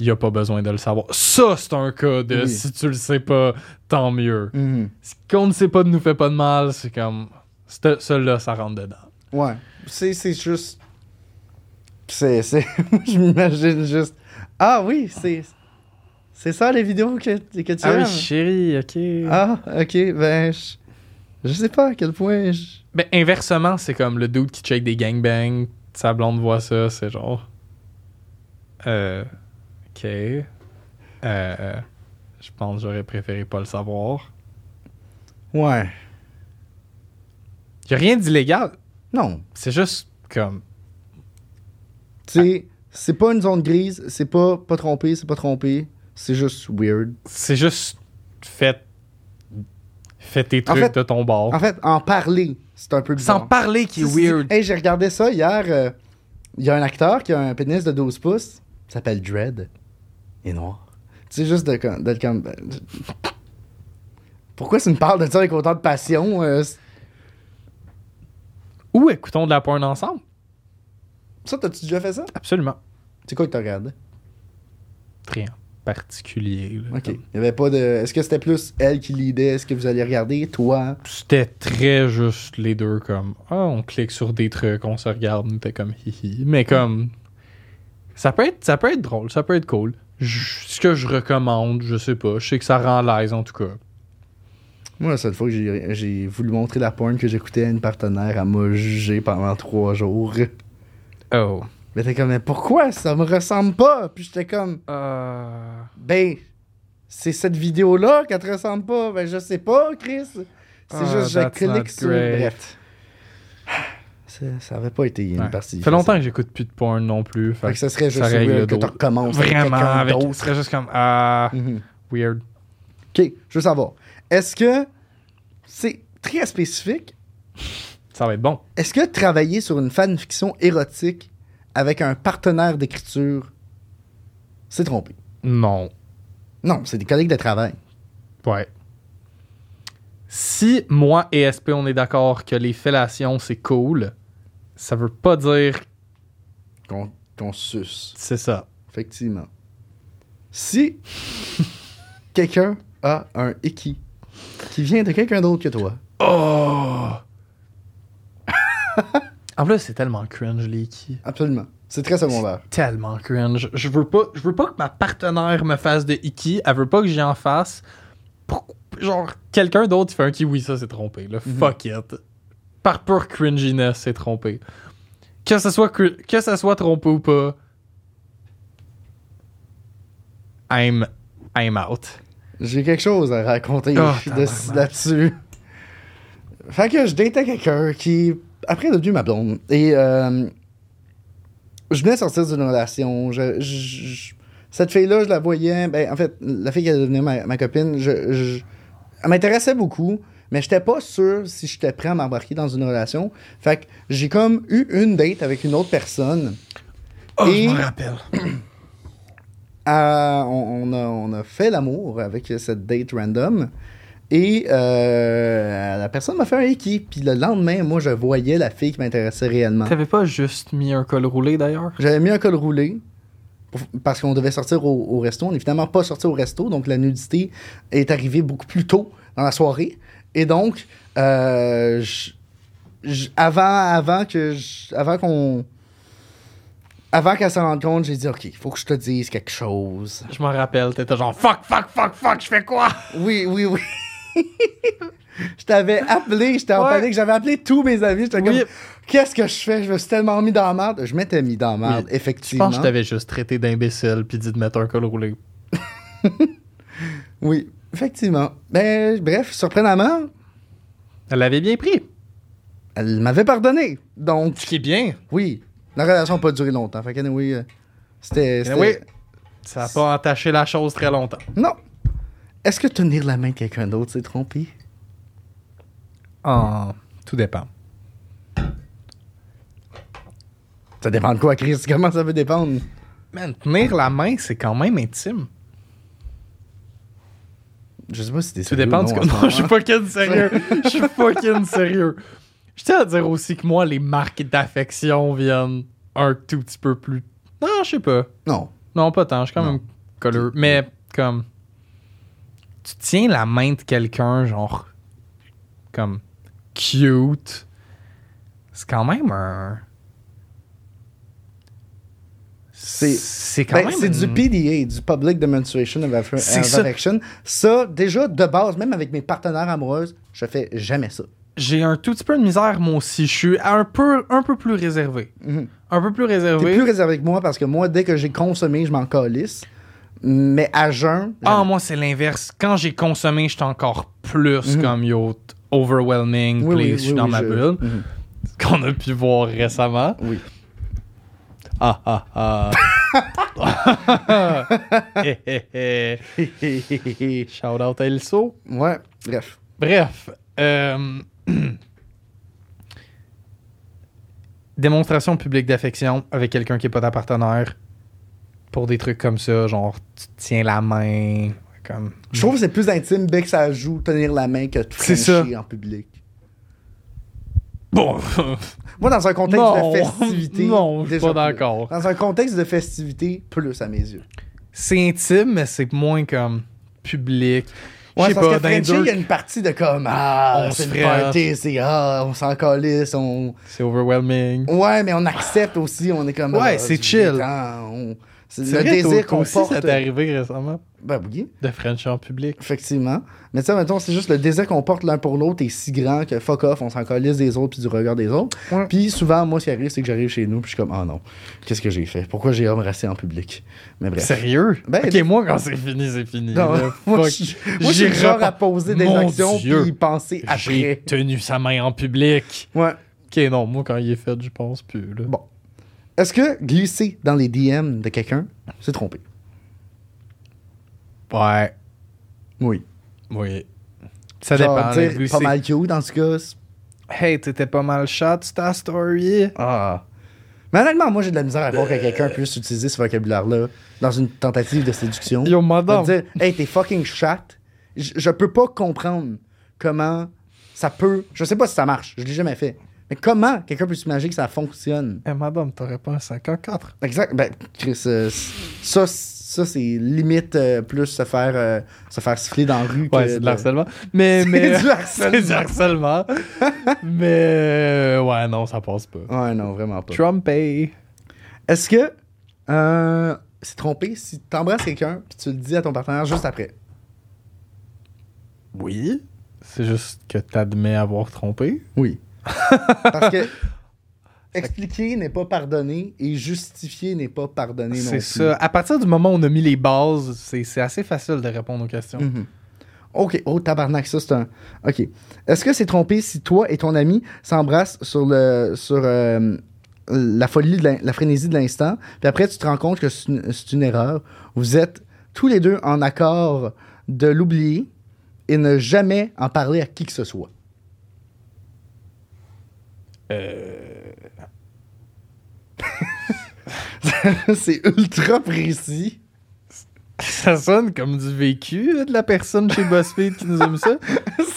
B: Y a pas besoin de le savoir. Ça, c'est un cas de
A: Oui.
B: si tu le sais pas, tant mieux.
A: Mhm.
B: Ce qu'on ne sait pas ne nous fait pas de mal, c'est comme. c'est- Celui-là, ça rentre dedans.
A: Ouais. C'est, c'est juste. C'est. c'est... (laughs) je m'imagine juste. Ah oui, c'est. C'est ça les vidéos que, que tu
B: Ah oui,
A: aimes?
B: chérie, ok.
A: Ah, ok, ben, je, je sais pas à quel point. Je...
B: Ben, inversement, c'est comme le dude qui check des gangbangs, sa blonde voit ça, c'est genre. Euh. Ok. Euh. Je pense que j'aurais préféré pas le savoir.
A: Ouais.
B: Y a rien d'illégal.
A: Non.
B: C'est juste comme.
A: Tu sais, c'est pas une zone grise, c'est pas pas trompé, c'est pas trompé, c'est juste weird.
B: C'est juste fait. Fais tes trucs
A: fait-
B: de ton bord.
A: En fait, en parler, c'est un peu bizarre.
B: Sans parler qui est weird.
A: Hey, j'ai regardé ça hier. euh, Il y a un acteur qui a un pénis de 12 pouces. Il s'appelle Dread. Il est noir. Tu sais, juste de, con- de le con- Pourquoi tu me parles de ça avec autant de passion? euh, c-
B: Ou écoutons de la porn ensemble.
A: ça, t'as-tu déjà fait ça?
B: Absolument.
A: C'est quoi que t'as regardé?
B: Rien de particulier. là.
A: Ok. Il y avait pas de. Est-ce que c'était plus elle qui l'idée? Est-ce que vous allez regarder? Toi?
B: C'était très juste les deux comme ah on clique sur des trucs, on se regarde, on était comme hihi. Mais comme ça peut être ça peut être drôle, ça peut être cool. Je- ce que je recommande, je sais pas, je sais que ça rend l'aise en tout cas.
A: Moi, la seule fois que j'ai- j'ai voulu montrer la porn que j'écoutais à une partenaire, elle m'a jugé pendant trois jours.
B: Oh.
A: Mais t'es comme, mais pourquoi ça me ressemble pas? Puis j'étais comme,
B: Euh,
A: ben, c'est cette vidéo-là qu'elle te ressemble pas. Ben, je sais pas, Chris. C'est
B: Ah,
A: juste, je
B: that's not
A: clique sur.
B: great.
A: Bref. Ça, ça avait pas été une
B: Ouais.
A: partie.
B: Ça fait longtemps que j'écoute plus de porn non plus.
A: Fait que ça serait juste
B: ça règle
A: weird que tu
B: d'autres-
A: recommences. avec
B: vraiment
A: quelqu'un
B: avec
A: d'autre.
B: ce serait juste comme ah
A: Mhm.
B: weird.
A: Ok, je veux savoir. Est-ce que c'est très spécifique?
B: Ça va être bon.
A: Est-ce que travailler sur une fanfiction érotique avec un partenaire d'écriture, c'est trompé?
B: Non.
A: Non, c'est des collègues de travail.
B: Ouais. Si moi et SP, on est d'accord que les fellations, c'est cool, ça veut pas dire que
A: Qu'on qu'on suce.
B: c'est ça.
A: Effectivement. Si (laughs) quelqu'un a un icky qui vient de quelqu'un d'autre que toi, (laughs)
B: Oh! en plus, c'est tellement cringe, Leaky.
A: absolument. C'est très secondaire.
B: Tellement cringe. Je veux pas, je veux pas que ma partenaire me fasse de icky. Elle veut pas que j'y en fasse. Pour- Genre, quelqu'un d'autre fait un kiwi, ça c'est trompé. Là. Fuck it. Par pure cringiness, c'est trompé. Que ça soit, cri- que ça soit trompé ou pas, I'm, I'm out.
A: J'ai quelque chose à raconter
B: Oh,
A: (laughs) de-
B: tabarnak.
A: là-dessus. Fait que je datais quelqu'un qui, après, est devenu ma blonde. Et euh, je venais de sortir d'une relation. Je- je- je- cette fille-là, je la voyais. Ben, en fait, la fille qui allait devenir ma, ma copine, je, je- elle m'intéressait beaucoup, mais j'étais pas sûr si j'étais prêt à m'embarquer dans une relation. Fait que j'ai comme eu une date avec une autre personne.
B: Oh,
A: Et-
B: je m'en rappelle.
A: Euh, on, on a, on a fait l'amour avec cette date random. Et euh, la personne m'a fait un hickey. Puis le lendemain, moi, je voyais la fille qui m'intéressait réellement.
B: (clears throat) T'avais pas juste mis un col roulé d'ailleurs?
A: J'avais mis un col roulé pour- parce qu'on devait sortir au, au resto. On n'est finalement pas sorti au resto, donc la nudité est arrivée beaucoup plus tôt dans la soirée. Et donc, euh, je- je- avant, avant que je- avant qu'on avant qu'elle s'en rende compte, j'ai dit ok, il faut que je te dise quelque chose.
B: Je m'en rappelle. T'étais genre fuck, fuck, fuck, fuck, je fais quoi?
A: Oui, oui, oui. (laughs) je t'avais appelé, j'étais en
B: Ouais.
A: panique, j'avais appelé tous mes amis, j'étais
B: Oui.
A: comme qu'est-ce que je fais Je me suis tellement mis dans la merde. Je m'étais mis dans la merde,
B: Oui. Je
A: effectivement.
B: pense que je t'avais juste traité d'imbécile puis dit de mettre un col roulé.
A: Oui, effectivement. Ben, bref, surprenamment,
B: Elle l'avait bien pris.
A: elle m'avait pardonné. Donc,
B: Ce qui est bien.
A: oui, la relation n'a pas duré longtemps. Fait que, anyway, euh, c'était. c'était-
B: Oui. Ça n'a pas entaché la chose très longtemps.
A: Non. Est-ce que tenir la main de quelqu'un d'autre, c'est trompé?
B: Ah, tout dépend.
A: Ça dépend de quoi, Chris? Comment ça peut dépendre?
B: Man, tenir la main, c'est quand même intime.
A: Je sais pas si t'es
B: Tout
A: sérieux
B: dépend
A: ou
B: du.
A: non,
B: Non, hein.
A: en ce moment.
B: je suis fucking sérieux. Je suis fucking sérieux. Je tiens à dire aussi que moi, les marques d'affection viennent un tout petit peu plus. Non, je sais pas.
A: Non.
B: Non, pas tant. Je suis quand même coloreux. Mais comme. Tu tiens la main de quelqu'un, genre. Comme. Cute. C'est quand même un.
A: C'est-
B: C'est quand
A: Ben,
B: même.
A: c'est du
B: une-
A: PDA, du Public Demonstration of, Affe-
B: C'est
A: of
B: ça.
A: Affection. Ça, déjà, de base, même avec mes partenaires amoureuses, je fais jamais ça.
B: J'ai un tout petit peu de misère, moi aussi. Je suis un peu, un peu plus réservé.
A: Mhm.
B: Un peu plus
A: T'es
B: réservé.
A: plus réservé que moi parce que moi, dès que j'ai consommé, je m'en calisse. Mais à jeun,
B: Ah, moi, c'est l'inverse. Quand j'ai consommé, j'étais encore plus comme yo, t- overwhelming,
A: Mhm. Oui,
B: please,
A: oui,
B: je suis
A: oui,
B: dans
A: oui,
B: ma
A: je-
B: bulle.
A: Mhm.
B: Ce (laughs) qu'on a pu voir récemment.
A: Oui.
B: Ah, ah, ah. Hé, hé, hé. (laughs) Shout out à Elso.
A: Ouais, bref.
B: Bref. euh, (clears throat) Démonstration publique d'affection avec quelqu'un qui n'est pas ta partenaire pour des trucs comme ça, genre tu te tiens la main, comme
A: Je trouve que c'est plus intime dès que ça joue tenir la main que de
B: C'est
A: frencher en public.
B: bon.
A: Moi, dans un contexte
B: Non.
A: de festivité.
B: Non, je suis
A: déjà
B: pas
A: plus.
B: d'accord.
A: Dans un contexte de festivité, plus à mes yeux.
B: (laughs) c'est intime, mais c'est moins comme public. Je sais
A: parce
B: pas,
A: que
B: dans les
A: Frenchie,
B: deux-
A: il y a une partie de comme Ah,
B: On
A: c'est
B: se
A: une
B: frappe.
A: party, c'est Ah, on s'en calisse, on.
B: c'est overwhelming.
A: Ouais, mais on accepte aussi, on est comme
B: Ouais,
A: ah,
B: c'est
A: du
B: chill.
A: détente, on- C'est
B: C'est
A: le
B: vrai,
A: désir
B: toi- toi
A: qu'on
B: aussi,
A: porte.
B: ça t'est arrivé récemment
A: Ben oui.
B: de French en public.
A: Effectivement. Mais ça, mettons, c'est juste le désir qu'on porte l'un pour l'autre est si grand que fuck off, on s'en calisse des autres puis du regard des autres.
B: Ouais.
A: Puis souvent, moi, ce qui arrive, c'est que j'arrive chez nous puis je suis comme, oh non, qu'est-ce que j'ai fait? Pourquoi j'ai embrassé en public? Mais bref.
B: Sérieux
A: Ben,
B: Ok, moi quand c'est fini, c'est fini.
A: Non,
B: là.
A: (laughs) moi,
B: Fuck.
A: je suis- moi, je suis le
B: J'ai
A: genre
B: repen-
A: à poser des
B: Mon
A: actions
B: Dieu.
A: puis y penser
B: J'ai
A: après.
B: tenu sa main en public.
A: Ouais.
B: Ok, non, moi quand il est fait, je pense plus. Là.
A: Bon. Est-ce que glisser dans les DM de quelqu'un, c'est tromper?
B: Ouais,
A: Oui.
B: oui. Ça
A: Genre,
B: dépend.
A: dire
B: là, vous,
A: pas
B: c'est-
A: mal cute dans ce cas. c'est-
B: Hey, t'étais pas mal chat, sur ta story.
A: Ah. Mais honnêtement, moi, j'ai de la misère à voir que quelqu'un puisse utiliser ce vocabulaire-là dans une tentative de séduction.
B: Yo,
A: De
B: madame.
A: dire, hey, t'es fucking chat. Je, je peux pas comprendre comment ça peut. Je sais pas si ça marche, je l'ai jamais fait. Mais comment quelqu'un peut s'imaginer que ça fonctionne?
B: Hey, Eh, madame, t'aurais pas un 54.
A: Exact. Ben, Chris, euh, c- ça, ça c'est limite euh, plus se faire, euh, se faire siffler dans la rue. que
B: Ouais, c'est de
A: de-
B: l'harcèlement. Mais, mais.
A: C'est du harcèlement.
B: (laughs) C'est du harcèlement. mais. euh, ouais, non, ça passe pas.
A: Ouais, non, vraiment pas.
B: Trumpé.
A: Est-ce que euh, c'est trompé si t'embrasses quelqu'un puis tu le dis à ton partenaire juste après?
B: Oui. C'est juste que t'admets avoir trompé.
A: Oui.
B: (laughs)
A: Parce que expliquer n'est pas pardonné et justifier n'est pas pardonné non
B: C'est
A: plus.
B: ça. À partir du moment où on a mis les bases, c'est c'est assez facile de répondre aux questions.
A: Mhm. OK. Oh, tabarnak, ça, c'est un... OK. Est-ce que c'est trompé si toi et ton ami s'embrassent sur le sur euh, la folie, de l'in- la, frénésie de l'instant, puis après, tu te rends compte que c'est une, c'est une erreur. Vous êtes tous les deux en accord de l'oublier et ne jamais en parler à qui que ce soit. (laughs)
B: Euh,
A: c'est ultra précis.
B: (laughs)
A: (laughs)
B: Ça sonne comme du vécu là, de la personne chez BuzzFeed qui nous a
A: (laughs)
B: mis ça.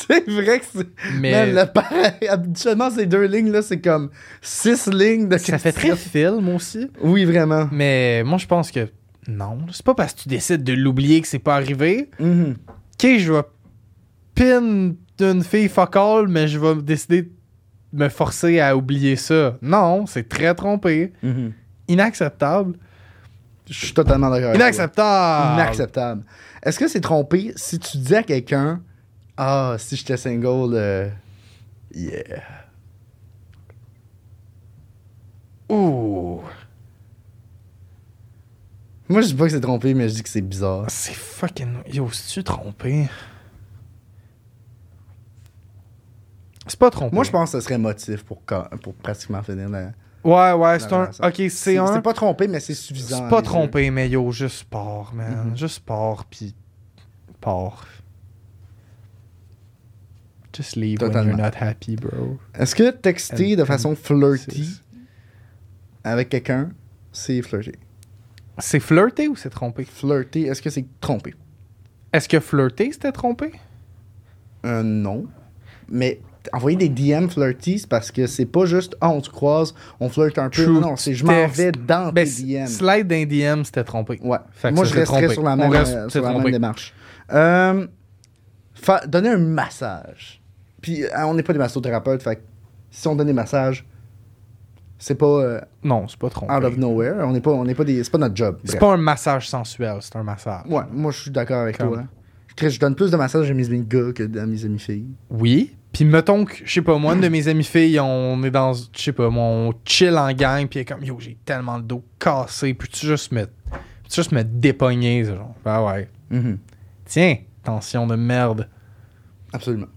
A: c'est vrai que c'est...
B: Mais.
A: Man, le pareil, habituellement, ces deux lignes-là, c'est comme six lignes de
B: Ça fait très
A: questions.
B: film aussi.
A: Oui, vraiment.
B: Mais moi, je pense que non. C'est pas parce que tu décides de l'oublier que c'est pas arrivé.
A: Mhm.
B: OK, je vais pin d'une fille fuck all, mais je vais décider de me forcer à oublier ça. Non, c'est très trompé. Inacceptable.
A: Mhm. Je suis totalement d'accord. avec toi.
B: Inacceptable.
A: Inacceptable. Est-ce que c'est trompé si tu dis à quelqu'un Ah, si j'étais single, euh, yeah.
B: Ouh.
A: Moi, je dis pas que c'est trompé, mais je dis que c'est bizarre.
B: C'est fucking. Yo, c'est-tu trompé? C'est pas trompé.
A: Moi, je pense que ce serait motif pour, ca- pour pratiquement finir la.
B: Ouais, ouais, c'est
A: la
B: un.
A: relation.
B: Ok, c'est un.
A: C'est pas trompé, mais c'est suffisant.
B: C'est
A: à
B: pas
A: mes
B: trompé, mais yo, juste pars, man.
A: Mhm.
B: Juste pars, pis pars. Just leave when
A: Totalement.
B: you're not happy, bro.
A: yeux. Est-ce que texter
B: And-
A: de façon flirty
B: Euh, C'est-
A: avec quelqu'un, c'est flirter
B: C'est flirter ou c'est trompé?
A: Flirter, est-ce que c'est trompé
B: Est-ce que flirter, c'était trompé?
A: Euh, non. Mais t- envoyer des DM flirty, c'est parce que c'est pas juste Ah, on se croise, on flirte un peu.
B: True,
A: Non, non, c'est je m'en
B: texte.
A: vais dans
B: Ben,
A: tes DM.
B: slide d'un DM, c'était trompé.
A: Ouais.
B: Fait que
A: Moi,
B: ça,
A: je
B: c'est
A: resterais
B: trompé.
A: sur la
B: On
A: même,
B: reste-
A: euh,
B: c'est
A: sur la même
B: trompé.
A: démarche. Euh, fa- donner un massage. Puis, euh, on n'est pas des massothérapeutes, fait que si on donne des massages, c'est pas euh,
B: Non, c'est pas trompé.
A: out of nowhere. On n'est pas, on n'est pas des, c'est pas notre job.
B: C'est
A: Bref.
B: pas un massage sensuel, c'est un massage.
A: Ouais, moi, je suis d'accord avec
B: Comme.
A: toi. Chris, Je donne plus de massages à mes amis gars que à mes amis filles.
B: Oui. Puis mettons que, je sais pas, moi, une de mes amies filles, on est dans, je sais pas, moi, on chill en gang, puis elle est comme, yo, j'ai tellement le dos cassé, puis tu juste me, peux-tu juste me dépogner, ce genre. Bah ouais.
A: Mhm.
B: Tiens, tension de merde.
A: Absolument.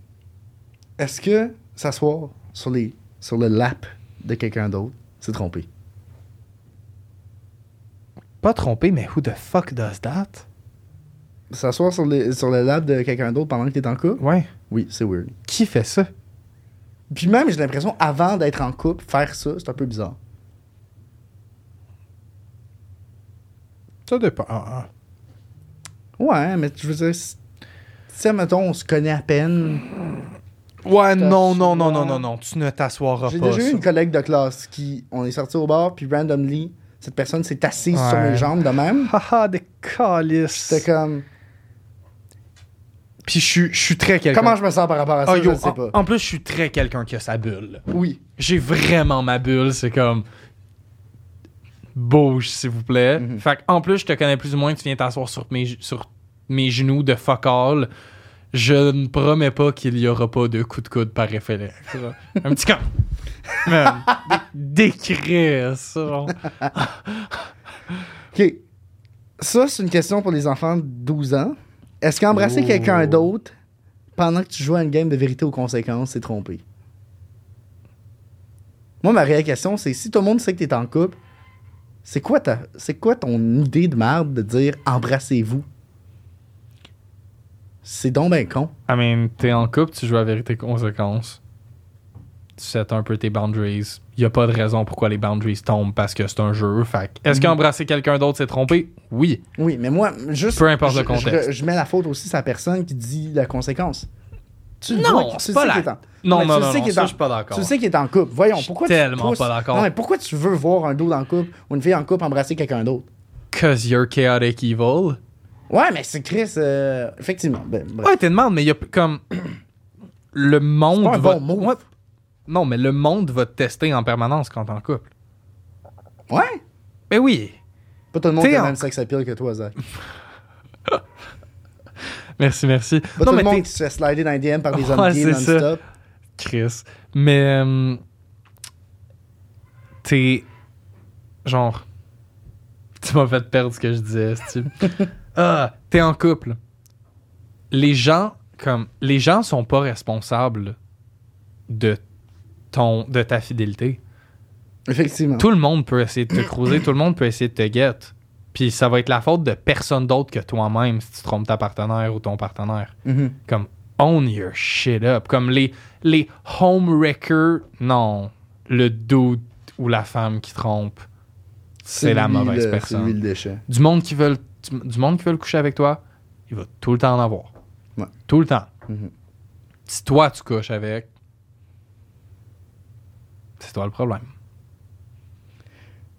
A: Est-ce que s'asseoir sur, les, sur le lap de quelqu'un d'autre, c'est trompé?
B: Pas trompé, mais who the fuck does that?
A: S'asseoir sur, les- sur le lap de quelqu'un d'autre pendant que t'es en couple?
B: Ouais.
A: Oui, c'est weird.
B: Qui fait ça?
A: Puis même, j'ai l'impression, avant d'être en couple, faire ça, c'est un peu bizarre.
B: Ça dépend.
A: hein,
B: Ah, ah.
A: Ouais, mais je veux dire, si, si, mettons, on se connaît à peine. T'as
B: Ouais, non, non,
A: souvent-
B: non, non, non, non. Tu ne t'assoiras
A: J'ai
B: pas.
A: déjà eu
B: ça.
A: une collègue de classe qui, on est sorti au bar, puis randomly, cette personne s'est assise sur
B: Ouais.
A: mes jambes de même.
B: Haha, des calices.
A: C'était comme,
B: Puis je suis- je suis très quelqu'un.
A: comment je me sens par rapport à ça,
B: Ah,
A: je
B: yo,
A: le sais
B: en,
A: pas.
B: en plus, je suis très quelqu'un qui a sa bulle.
A: Oui.
B: J'ai vraiment ma bulle. C'est comme. Bouge, s'il vous plaît.
A: Mhm.
B: Fait en plus, je te connais plus ou moins que tu viens t'asseoir sur mes, sur mes genoux de fuck all. Je ne promets pas qu'il y aura pas de coup de coude par référence. Un petit (laughs) camp. Man, dé- décrire ça.
A: OK. Ça, c'est une question pour les enfants de 12 ans. Est-ce qu'embrasser
B: Ouh.
A: quelqu'un d'autre pendant que tu joues à une game de vérité aux conséquences, c'est tromper? Moi, ma réelle question, c'est si tout le monde sait que t'es en couple, c'est quoi, ta, c'est quoi ton idée de merde de dire embrassez-vous? C'est donc ben con.
B: I mean, t'es en couple, tu joues avec tes conséquences. Tu sets un peu tes boundaries. Il a pas de raison pourquoi les boundaries tombent parce que c'est un jeu. Fait que- est-ce qu'embrasser quelqu'un d'autre, c'est tromper? Oui.
A: Oui, mais moi, juste.
B: Peu importe
A: je-
B: le contexte.
A: Je, je mets la faute aussi sur la personne qui dit la conséquence. Tu le vois, tu
B: Non, c'est
A: sais qu'il
B: pas
A: est en-
B: la... Non,
A: mais
B: non,
A: tu
B: non,
A: sais
B: non,
A: qu'il est
B: ça,
A: en-
B: je suis pas d'accord.
A: Tu sais qu'il est en couple. Voyons,
B: Je suis
A: pourquoi
B: tellement
A: tu pousses-
B: pas d'accord.
A: Non, mais pourquoi tu veux voir un dos dans le couple ou une fille en couple embrasser quelqu'un d'autre?
B: Cause you're chaotic evil.
A: Ouais, mais c'est Chris, euh, effectivement. Ben, bref.
B: Ouais, t'es de merde, mais il y a p- comme... (clears throat) Le monde
A: pas un
B: va...
A: bon move.
B: Ouais. Non, mais le monde va te tester en permanence quand t'es en couple.
A: Ouais.
B: Ben oui.
A: Pas tout le monde
B: T'es
A: qui a
B: en-
A: le même sexe appeal que toi, Zach.
B: Merci, merci.
A: Pas Bah,
B: non,
A: tout
B: mais
A: le monde
B: t'es-
A: qui se fait slider dans les DM par des hommes
B: Ouais,
A: gays
B: c'est ça.
A: non-stop.
B: Chris. Mais euh, t'es genre tu m'as fait perdre ce que je disais. esti.
A: (laughs)
B: ah, t'es en couple. Les gens comme les gens sont pas responsables de ton de ta fidélité.
A: Effectivement.
B: Tout le monde peut essayer de te croiser, tout le monde peut essayer de te get. Puis ça va être la faute de personne d'autre que toi-même si tu trompes ta partenaire ou ton partenaire
A: Mhm.
B: comme own your shit up comme les les home wreckers non le dude ou la femme qui trompe c'est la
A: lui,
B: mauvaise
A: le- C'est lui
B: personne
A: le déchet.
B: du monde qui veulent du monde qui veulent coucher avec toi il va tout le temps en avoir
A: Ouais.
B: tout le temps
A: Mhm.
B: si toi tu couches avec c'est toi le problème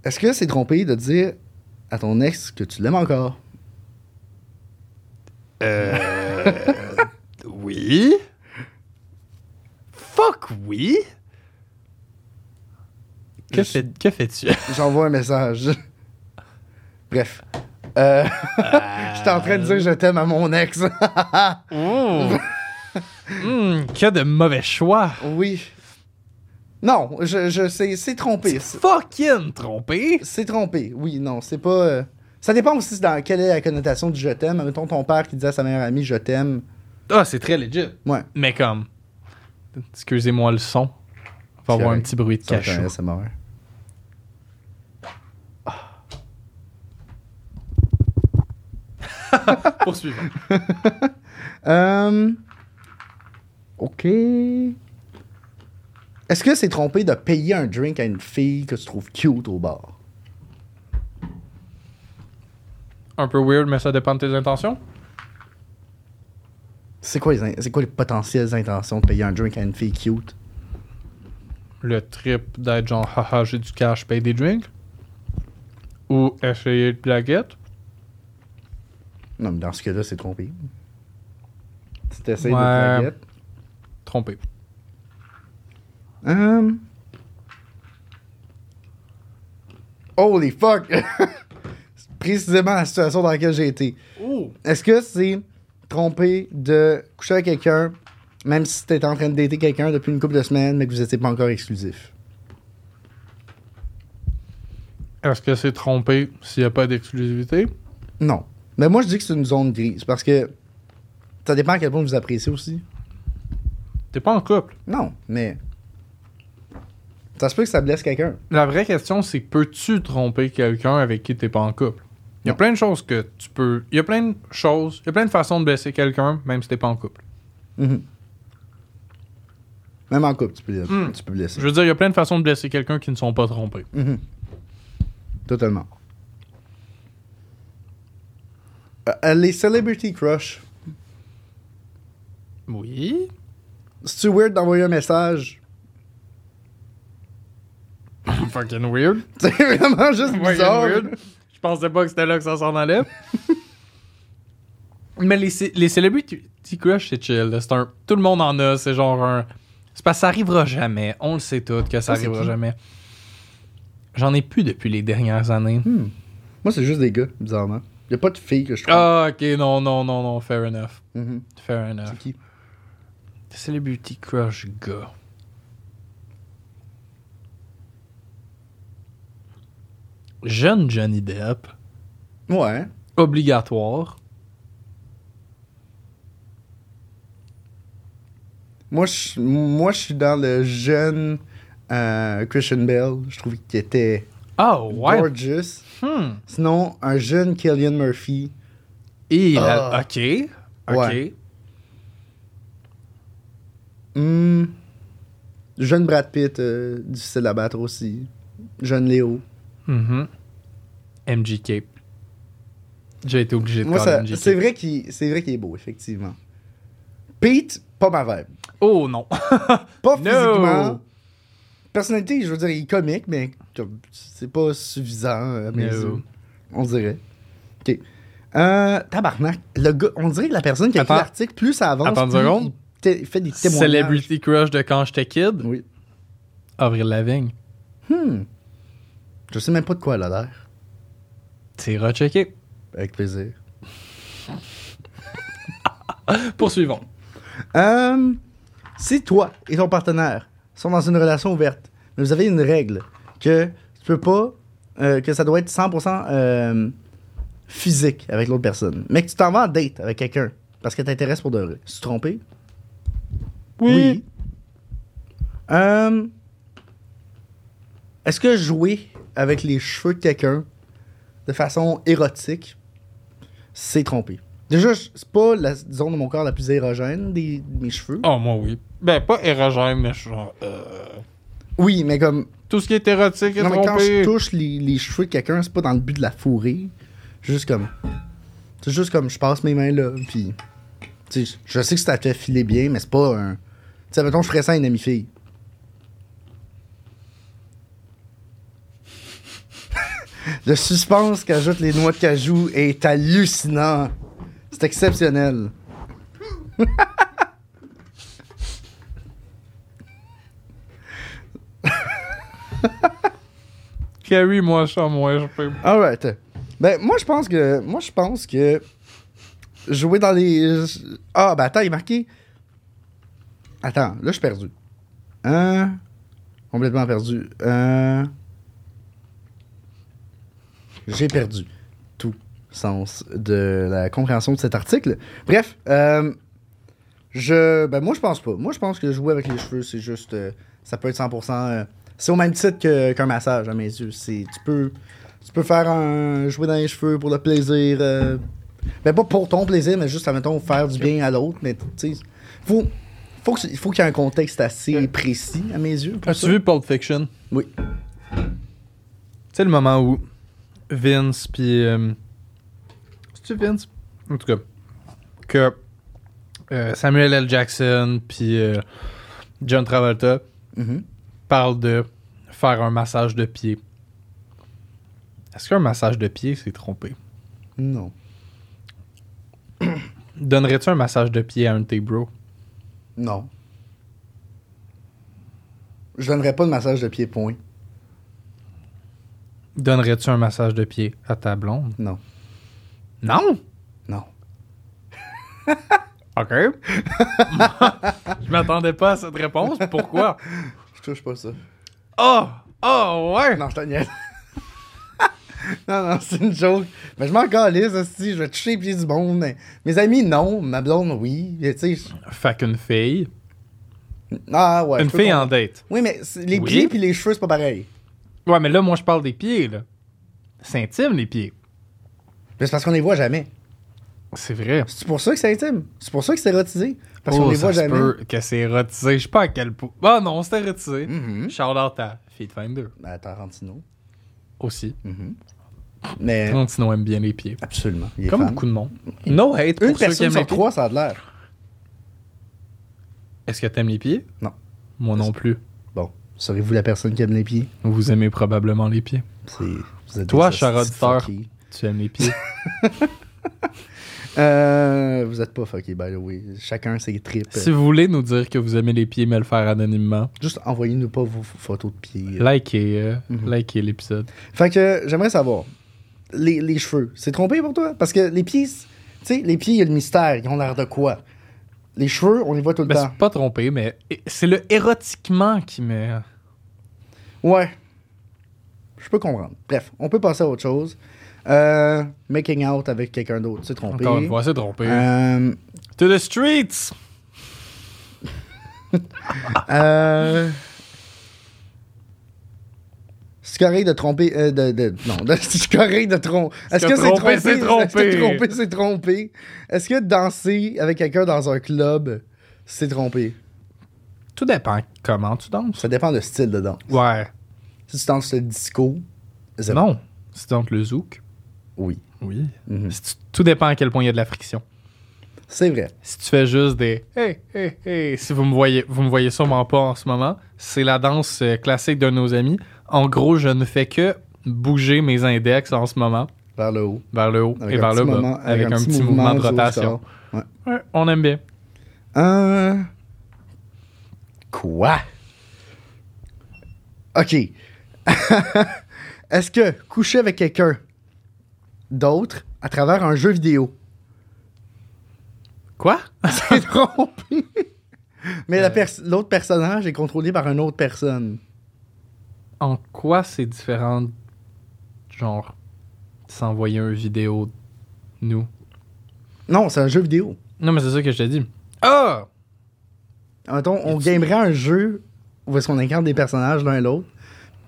A: Est-ce que c'est trompé de dire à ton ex que tu l'aimes encore?
B: oui fuck oui que
A: Je
B: fais- que fais-tu
A: J'envoie un message. (laughs) Bref. Euh, (laughs) je suis en train de dire je t'aime à mon ex.
B: (laughs)
A: (laughs)
B: Hmm, que de mauvais choix.
A: Oui. Non, je, je c'est, c'est trompé. C'est,
B: Fucking trompé.
A: c'est trompé. Oui, non, c'est pas. euh, Ça dépend aussi dans quelle est la connotation du je t'aime. Mettons ton père qui disait à sa meilleure amie je t'aime.
B: Ah, c'est très legit.
A: Ouais.
B: Mais comme. Excusez-moi le son. On va
A: C'est
B: avoir un
A: correct.
B: petit bruit de
A: Ça va être
B: cachot.
A: un ASMR.
B: Poursuivons.
A: Euh, Ok. Est-ce que c'est trompé de payer un drink à une fille que tu trouves cute au bar?
B: Un peu weird, mais ça dépend de tes intentions.
A: C'est quoi, les in- c'est quoi les potentielles intentions de payer un drink à une fille cute?
B: Le trip d'être genre, haha, j'ai du cash, paye des drinks. Ou essayer de blaguette.
A: Non, mais dans ce cas-là, c'est trompé. Tu t'essayes de
B: Ouais.
A: target.
B: Trompé.
A: Hum. Holy fuck! (laughs) C'est Précisément la situation dans laquelle j'ai été. Est-ce que c'est trompé de coucher avec quelqu'un, même si t'es en train de dater quelqu'un depuis une couple de semaines, mais que vous n'étiez pas encore exclusif?
B: Est-ce que c'est trompé s'il n'y a pas d'exclusivité?
A: Non. Mais moi, je dis que c'est une zone grise parce que ça dépend à quel point vous appréciez aussi.
B: T'es pas en couple.
A: Non, mais. Ça se peut que ça blesse quelqu'un.
B: La vraie question, c'est peux-tu tromper quelqu'un avec qui t'es pas en couple? Il y a
A: Non.
B: plein de choses que tu peux. Il y a plein de choses. Il y a plein de façons de blesser quelqu'un, même si t'es pas en couple.
A: Mhm. Même en couple, tu peux,
B: Mm.
A: tu peux blesser.
B: Je veux dire, il y a plein de façons de blesser quelqu'un qui ne sont pas trompés.
A: Mhm. Totalement. Euh, euh, les celebrity crush.
B: Oui.
A: C'est-tu weird d'envoyer un message? (laughs)
B: Fucking weird.
A: C'est vraiment juste bizarre.
B: Je pensais pas que c'était là que ça s'en allait. (laughs) Mais les, cé- les celebrity crush, c'est chill. là. C'est un, tout le monde en a. C'est genre un. C'est parce que ça arrivera jamais. On le sait tout que ça
A: Ah, c'est
B: arrivera
A: qui?
B: jamais. J'en ai plus depuis les dernières années.
A: Hmm. Moi, c'est juste des gars, bizarrement. Il a pas de filles que je trouve.
B: Ah, ok, non, non, non, non. Fair enough.
A: Mhm.
B: Fair enough.
A: C'est qui?
B: Celebrity crush gars. Jeune Johnny Depp.
A: Ouais.
B: Obligatoire.
A: Moi, je, moi, je suis dans le jeune euh, Christian Bell. Je trouve qu'il était
B: Ah ouais.
A: gorgeous.
B: Hmm.
A: Sinon, un jeune Killian Murphy.
B: Et il
A: Ah.
B: a... Ok. Ok.
A: Ouais. Hmm. Jeune Brad Pitt, euh, difficile à battre aussi. Jeune Léo.
B: Mhm. MGK. J'ai été obligé de
A: Moi,
B: parler
A: ça-
B: MGK.
A: c'est vrai qu'il c'est vrai qu'il est beau, effectivement. Pete, pas ma vibe.
B: Oh
A: (laughs)
B: non.
A: Pas
B: No.
A: physiquement. Personnalité, je veux dire, il est comique, mais comme, c'est pas suffisant euh, à mes
B: No.
A: yeux. On dirait. OK. Euh, tabarnak. Le gars, on dirait que la personne qui a écrit
B: Attends.
A: l'article, plus ça avance,
B: Attends une
A: plus
B: seconde.
A: il té- fait des témoignages.
B: Celebrity crush de quand j'étais kid.
A: Oui.
B: Avril Lavigne.
A: Hmm. Je sais même pas de quoi elle a l'air.
B: C'est rechecké.
A: Avec plaisir.
B: Poursuivons.
A: Euh, si toi et ton partenaire sont dans une relation ouverte, mais vous avez une règle que tu peux pas, euh, que ça doit être 100% euh, physique avec l'autre personne, mais que tu t'en vas en date avec quelqu'un parce que t'intéresses pour de vrai, tu trompé? Euh, Est-ce que jouer avec les cheveux de quelqu'un de façon érotique, c'est tromper? Déjà, je- c'est pas la zone de mon corps la plus érogène des mes cheveux.
B: Oh, moi, oui. Ben, pas érogène, mais je suis genre. euh,
A: Oui, mais comme
B: Tout ce qui est érotique est
A: Non, mais quand je
B: trompé.
A: touche les, les cheveux de quelqu'un, c'est pas dans le but de la fourrer. C'est juste comme. C'est juste comme je passe mes mains là, puis. Tu sais, je sais que ça te fait filer bien, mais c'est pas un. Tu sais, mettons, je ferais ça à une amie-fille. (laughs) Le suspense qu'ajoutent les noix de cajou est hallucinant. C'est exceptionnel.
B: Carrie, moi, sans moi, je peux.
A: Alright. Ben, moi, je pense que. Moi, je pense que. Jouer dans les. Ah, ben, attends, il est marqué. Attends, là, je suis perdu. Hein? Complètement perdu. Hein? J'ai perdu tout sens de la compréhension de cet article. Bref, euh, je. Ben, moi, je pense pas. Moi, je pense que jouer avec les cheveux, c'est juste. euh, ça peut être 100%. euh, c'est au même titre que- qu'un massage, à mes yeux. C'est, tu peux. Tu peux faire un jouer dans les cheveux pour le plaisir. euh, ben pas pour ton plaisir, mais juste, admettons, faire du bien à l'autre. Mais tu sais, faut, faut, que- faut qu'il y ait un contexte assez précis, à mes yeux. pour
B: As-tu
A: ça.
B: vu Pulp Fiction?
A: Oui.
B: C'est le moment où Vince puis euh, c'est-tu Vince? En tout cas, que euh, Samuel L. Jackson puis euh, John Travolta
A: Mhm.
B: parlent de faire un massage de pied. Est-ce qu'un massage de pied, c'est trompé?
A: Non.
B: Donnerais-tu un massage de pied à un de tes bros?
A: Non. Je donnerais pas de massage de pied point.
B: Donnerais-tu un massage de pied à ta blonde?
A: Non.
B: Non!
A: Non.
B: OK. (laughs) Je m'attendais pas à cette réponse. Pourquoi?
A: Je touche pas ça.
B: (laughs) Oh! Oh, ouais!
A: Non, je te niaise. (laughs) non, non, c'est une joke. Mais je m'en calisse, hostie, je vais toucher les pieds du monde. mais- Mes amis, non. Ma blonde, oui. Et tu sais, je-
B: Fait qu'une fille.
A: Ah ouais.
B: une
A: je peux
B: fille en
A: comprendre.
B: date.
A: Oui, mais c'est- les
B: Oui.
A: pieds puis les cheveux, c'est pas pareil.
B: Ouais, mais là, moi, je parle des pieds, là. C'est intime, les pieds.
A: Mais c'est parce qu'on les voit jamais.
B: C'est vrai.
A: C'est pour ça que c'est intime. C'est pour ça que c'est érotisé. Parce qu'on
B: Oh,
A: les voit
B: ça se
A: jamais.
B: peut que c'est érotisé. Je sais pas à quel point. Ah non, c'est érotisé.
A: Mhm.
B: Shout out à Feet Finder.
A: À Ben, Tarantino. Mm-hmm.
B: Aussi.
A: Mais
B: Tarantino aime bien les pieds.
A: absolument. il est
B: Comme
A: fan.
B: beaucoup de monde. No hate pour
A: Une
B: ceux qui
A: personne
B: aiment les
A: sur
B: pieds.
A: trois, ça a de l'air.
B: Est-ce que t'aimes les pieds?
A: Non.
B: Moi non plus.
A: Bon, serez-vous la personne qui aime les pieds?
B: Vous aimez probablement les pieds.
A: C'est- vous êtes
B: Toi,
A: des
B: cher
A: hosties
B: auditeur.
A: fuckés.
B: Tu aimes les pieds.
A: Euh, vous êtes pas fucké, by the way. Chacun ses tripes.
B: si vous voulez nous dire que vous aimez les pieds, mais le faire anonymement,
A: Juste envoyez-nous pas vos photos de pieds.
B: likez, euh,
A: Mhm.
B: likez l'épisode.
A: Fait que j'aimerais savoir, les, les cheveux, c'est trompé pour toi? Parce que les pieds, c- tu sais, les pieds, il y a le mystère, ils ont l'air de quoi? Les cheveux, on les voit tout le
B: Ben,
A: temps.
B: c'est pas trompé, mais c'est le érotiquement qui me.
A: Ouais. Je peux comprendre. Bref, on peut passer à autre chose. Euh, making out avec quelqu'un d'autre, c'est trompé.
B: Encore une fois, c'est trompé.
A: Euh,
B: To the streets!
A: euh, c'est correct de tromper. euh, de, de- non, de- (laughs) c'est correct de tromper. Est-ce
B: que
A: que c'est trompé?
B: tromper, c'est
A: Est-ce que
B: tromper?
A: tromper, c'est trompé? Est-ce que danser avec quelqu'un dans un club, c'est trompé?
B: Tout dépend comment tu danses.
A: Ça dépend de style de danse.
B: Ouais.
A: Si tu danses le disco, c'est
B: Non. Si tu danses le zouk.
A: Oui.
B: Oui.
A: Mhm.
B: Tout dépend à quel point il y a de la friction.
A: C'est vrai.
B: Si tu fais juste des hey hey hey, si vous me voyez, vous me voyez sûrement pas en ce moment, c'est la danse euh, classique de nos amis. En gros, je ne fais que bouger mes index en ce moment
A: Vers le haut.
B: vers le haut et
A: un
B: vers le
A: petit
B: bas
A: moment-
B: avec, un, petit mouvement, de
A: du haut
B: rotation.
A: sort.
B: Ouais, on aime bien.
A: Euh... Quoi? OK. (laughs) Est-ce que coucher avec quelqu'un d'autre à travers un jeu vidéo, (laughs)
B: Quoi
A: c'est trompé? Mais la pers- l'autre personnage est contrôlé par une autre personne.
B: En quoi c'est différent de, genre s'envoyer une vidéo nous
A: Non, c'est un jeu vidéo.
B: Non, mais c'est ça que je t'ai dit. Ah
A: Mettons, on gamerait un jeu où est-ce qu'on incarne des personnages l'un et l'autre.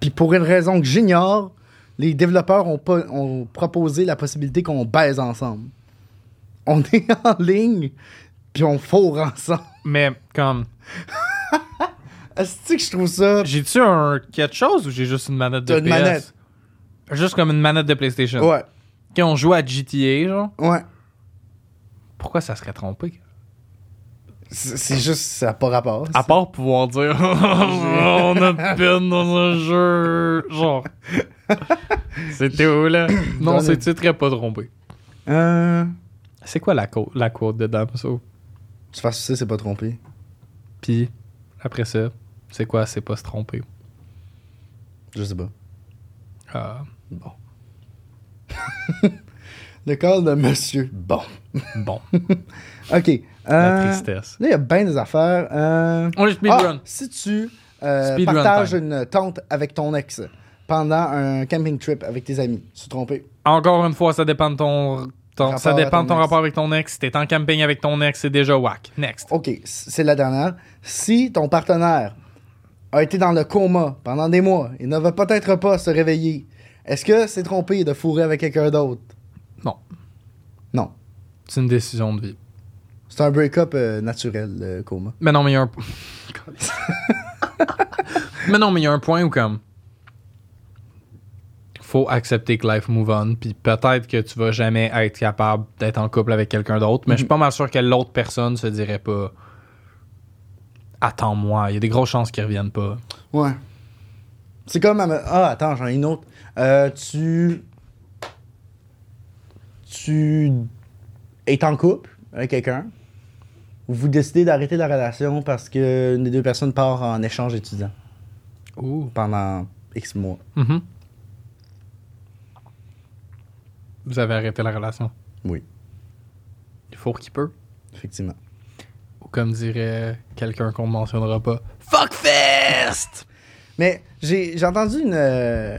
A: Puis pour une raison que j'ignore, les développeurs ont, pas, ont proposé la possibilité qu'on baise ensemble. On est (laughs) en ligne, puis on fourre ensemble.
B: mais comme
A: Est-ce que je trouve ça...
B: j'ai-tu un quelque chose ou j'ai juste une manette de
A: T'as une
B: PS?
A: manette.
B: Juste comme une manette de PlayStation.
A: Ouais,
B: Quand on joue à GTA, genre,
A: ouais.
B: pourquoi ça serait trompé?
A: C'est c'est juste, ça n'a pas rapport.
B: À part pouvoir dire (laughs) on (laughs) a de peine dans un jeu. Genre. C'était où (coughs) là? Non,
A: Dans le-
B: c'est tu serais pas trompé.
A: Euh,
B: C'est quoi la, co- la quote de Damso?
A: tu fasses ça, c'est pas trompé.
B: Puis après ça, c'est quoi? C'est pas se tromper.
A: Je sais pas.
B: Ah,
A: Bon. (laughs) Le corps de monsieur. Bon.
B: bon,
A: OK.
B: la
A: euh,
B: tristesse.
A: Là, il y a bien des affaires. Euh...
B: On est
A: Ah,
B: speedrun.
A: si tu euh,
B: Speedrun
A: partages
B: time.
A: une tente avec ton ex pendant un camping trip avec tes amis, tu te trompé.
B: Encore une fois, ça dépend de ton. ton- ça
A: Rapport à
B: dépend de ton
A: ton ex.
B: rapport avec ton ex. Si t'es en camping avec ton ex, c'est déjà whack. Next.
A: OK, c- c'est la dernière. Si ton partenaire a été dans le coma pendant des mois et ne va peut-être pas se réveiller, est-ce que c'est trompé de fourrer avec quelqu'un d'autre?
B: Non.
A: Non.
B: C'est une décision de vie.
A: C'est un break-up euh, naturel, le coma.
B: Mais non, mais il y a un. (laughs) mais non, mais il y a un point où, comme. Faut accepter que life move on, puis peut-être que tu vas jamais être capable d'être en couple avec quelqu'un d'autre, mais je suis pas mal sûr que l'autre personne se dirait pas. Attends-moi, il y a des grosses chances qu'ils reviennent pas.
A: Ouais. C'est comme... à me- Ah, attends, j'en ai une autre. Euh, tu... Tu es en couple avec quelqu'un. Vous décidez d'arrêter la relation parce que une des deux personnes part en échange étudiant
B: Ouh.
A: pendant X mois.
B: Mm-hmm. Vous avez arrêté la relation.
A: Oui,
B: Il faut qu'il peut.
A: effectivement.
B: Ou comme dirait quelqu'un qu'on ne mentionnera pas, Fuck Fest!
A: Mais j'ai j'ai entendu une, euh,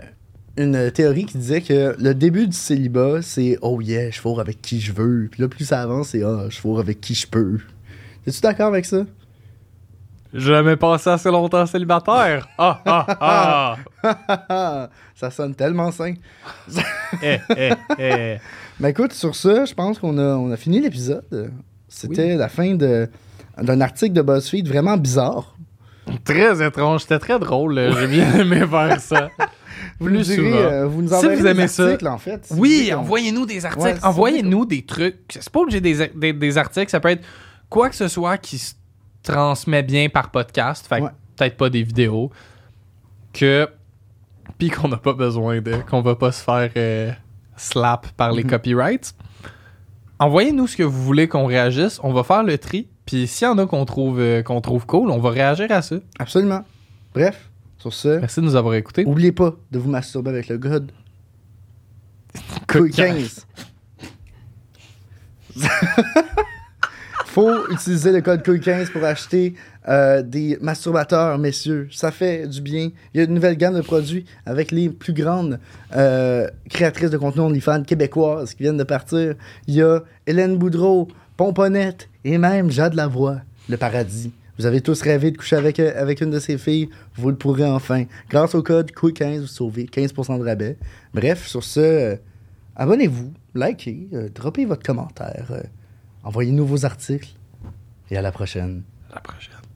A: une théorie qui disait que le début du célibat, c'est « Oh yeah, je fourre avec qui je veux ». Puis là, plus ça avance, c'est « Ah, je fourre avec qui je peux ». Es-tu d'accord avec ça?
B: Jamais passé assez longtemps célibataire. Ah, ah, ah.
A: (laughs) ça sonne tellement sain.
B: eh, eh, eh.
A: Mais écoute, sur ça, je pense qu'on a, on a fini l'épisode. C'était la fin de, d'un article de BuzzFeed vraiment bizarre.
B: Très étrange. C'était très drôle.
A: euh,
B: là. J'ai bien aimé faire ça.
A: Vous nous,
B: Plus
A: direz,
B: souvent.
A: euh, vous nous
B: Si
A: enverrez
B: vous
A: des
B: aimez ça,
A: articles, en fait. Si vous
B: Oui,
A: voulez qu'on-
B: envoyez-nous des
A: Ouais,
B: articles.
A: c'est
B: envoyez-nous des trucs. C'est pas obligé des, des, des articles. Ça peut être quoi que ce soit qui se transmet bien par podcast. Fait que
A: Ouais.
B: peut-être pas des vidéos. Que. Puis qu'on n'a pas besoin de. Qu'on va pas se faire euh, slap par
A: Mm-hmm.
B: les copyrights. Envoyez-nous ce que vous voulez qu'on réagisse. On va faire le tri. Puis s'il y en a qu'on trouve, euh, qu'on trouve cool, on va réagir à ça.
A: Absolument. Bref, sur ce,
B: Merci de nous avoir écoutés.
A: oubliez pas de vous masturber avec le god. Couille 15. (laughs) Faut utiliser le code Couille 15 pour acheter euh, des masturbateurs, messieurs. Ça fait du bien. Il y a une nouvelle gamme de produits avec les plus grandes euh, créatrices de contenu OnlyFans québécoises qui viennent de partir. Il y a Hélène Boudreau, Pomponnette et même Jade Lavoie, le paradis. Vous avez tous rêvé de coucher avec, euh, avec une de ces filles. Vous le pourrez enfin. Grâce au code COUI15, vous sauvez 15% de rabais. Bref, sur ce... euh, Abonnez-vous, likez, euh, droppez votre commentaire, euh, envoyez-nous vos articles et à la prochaine.
B: À la prochaine.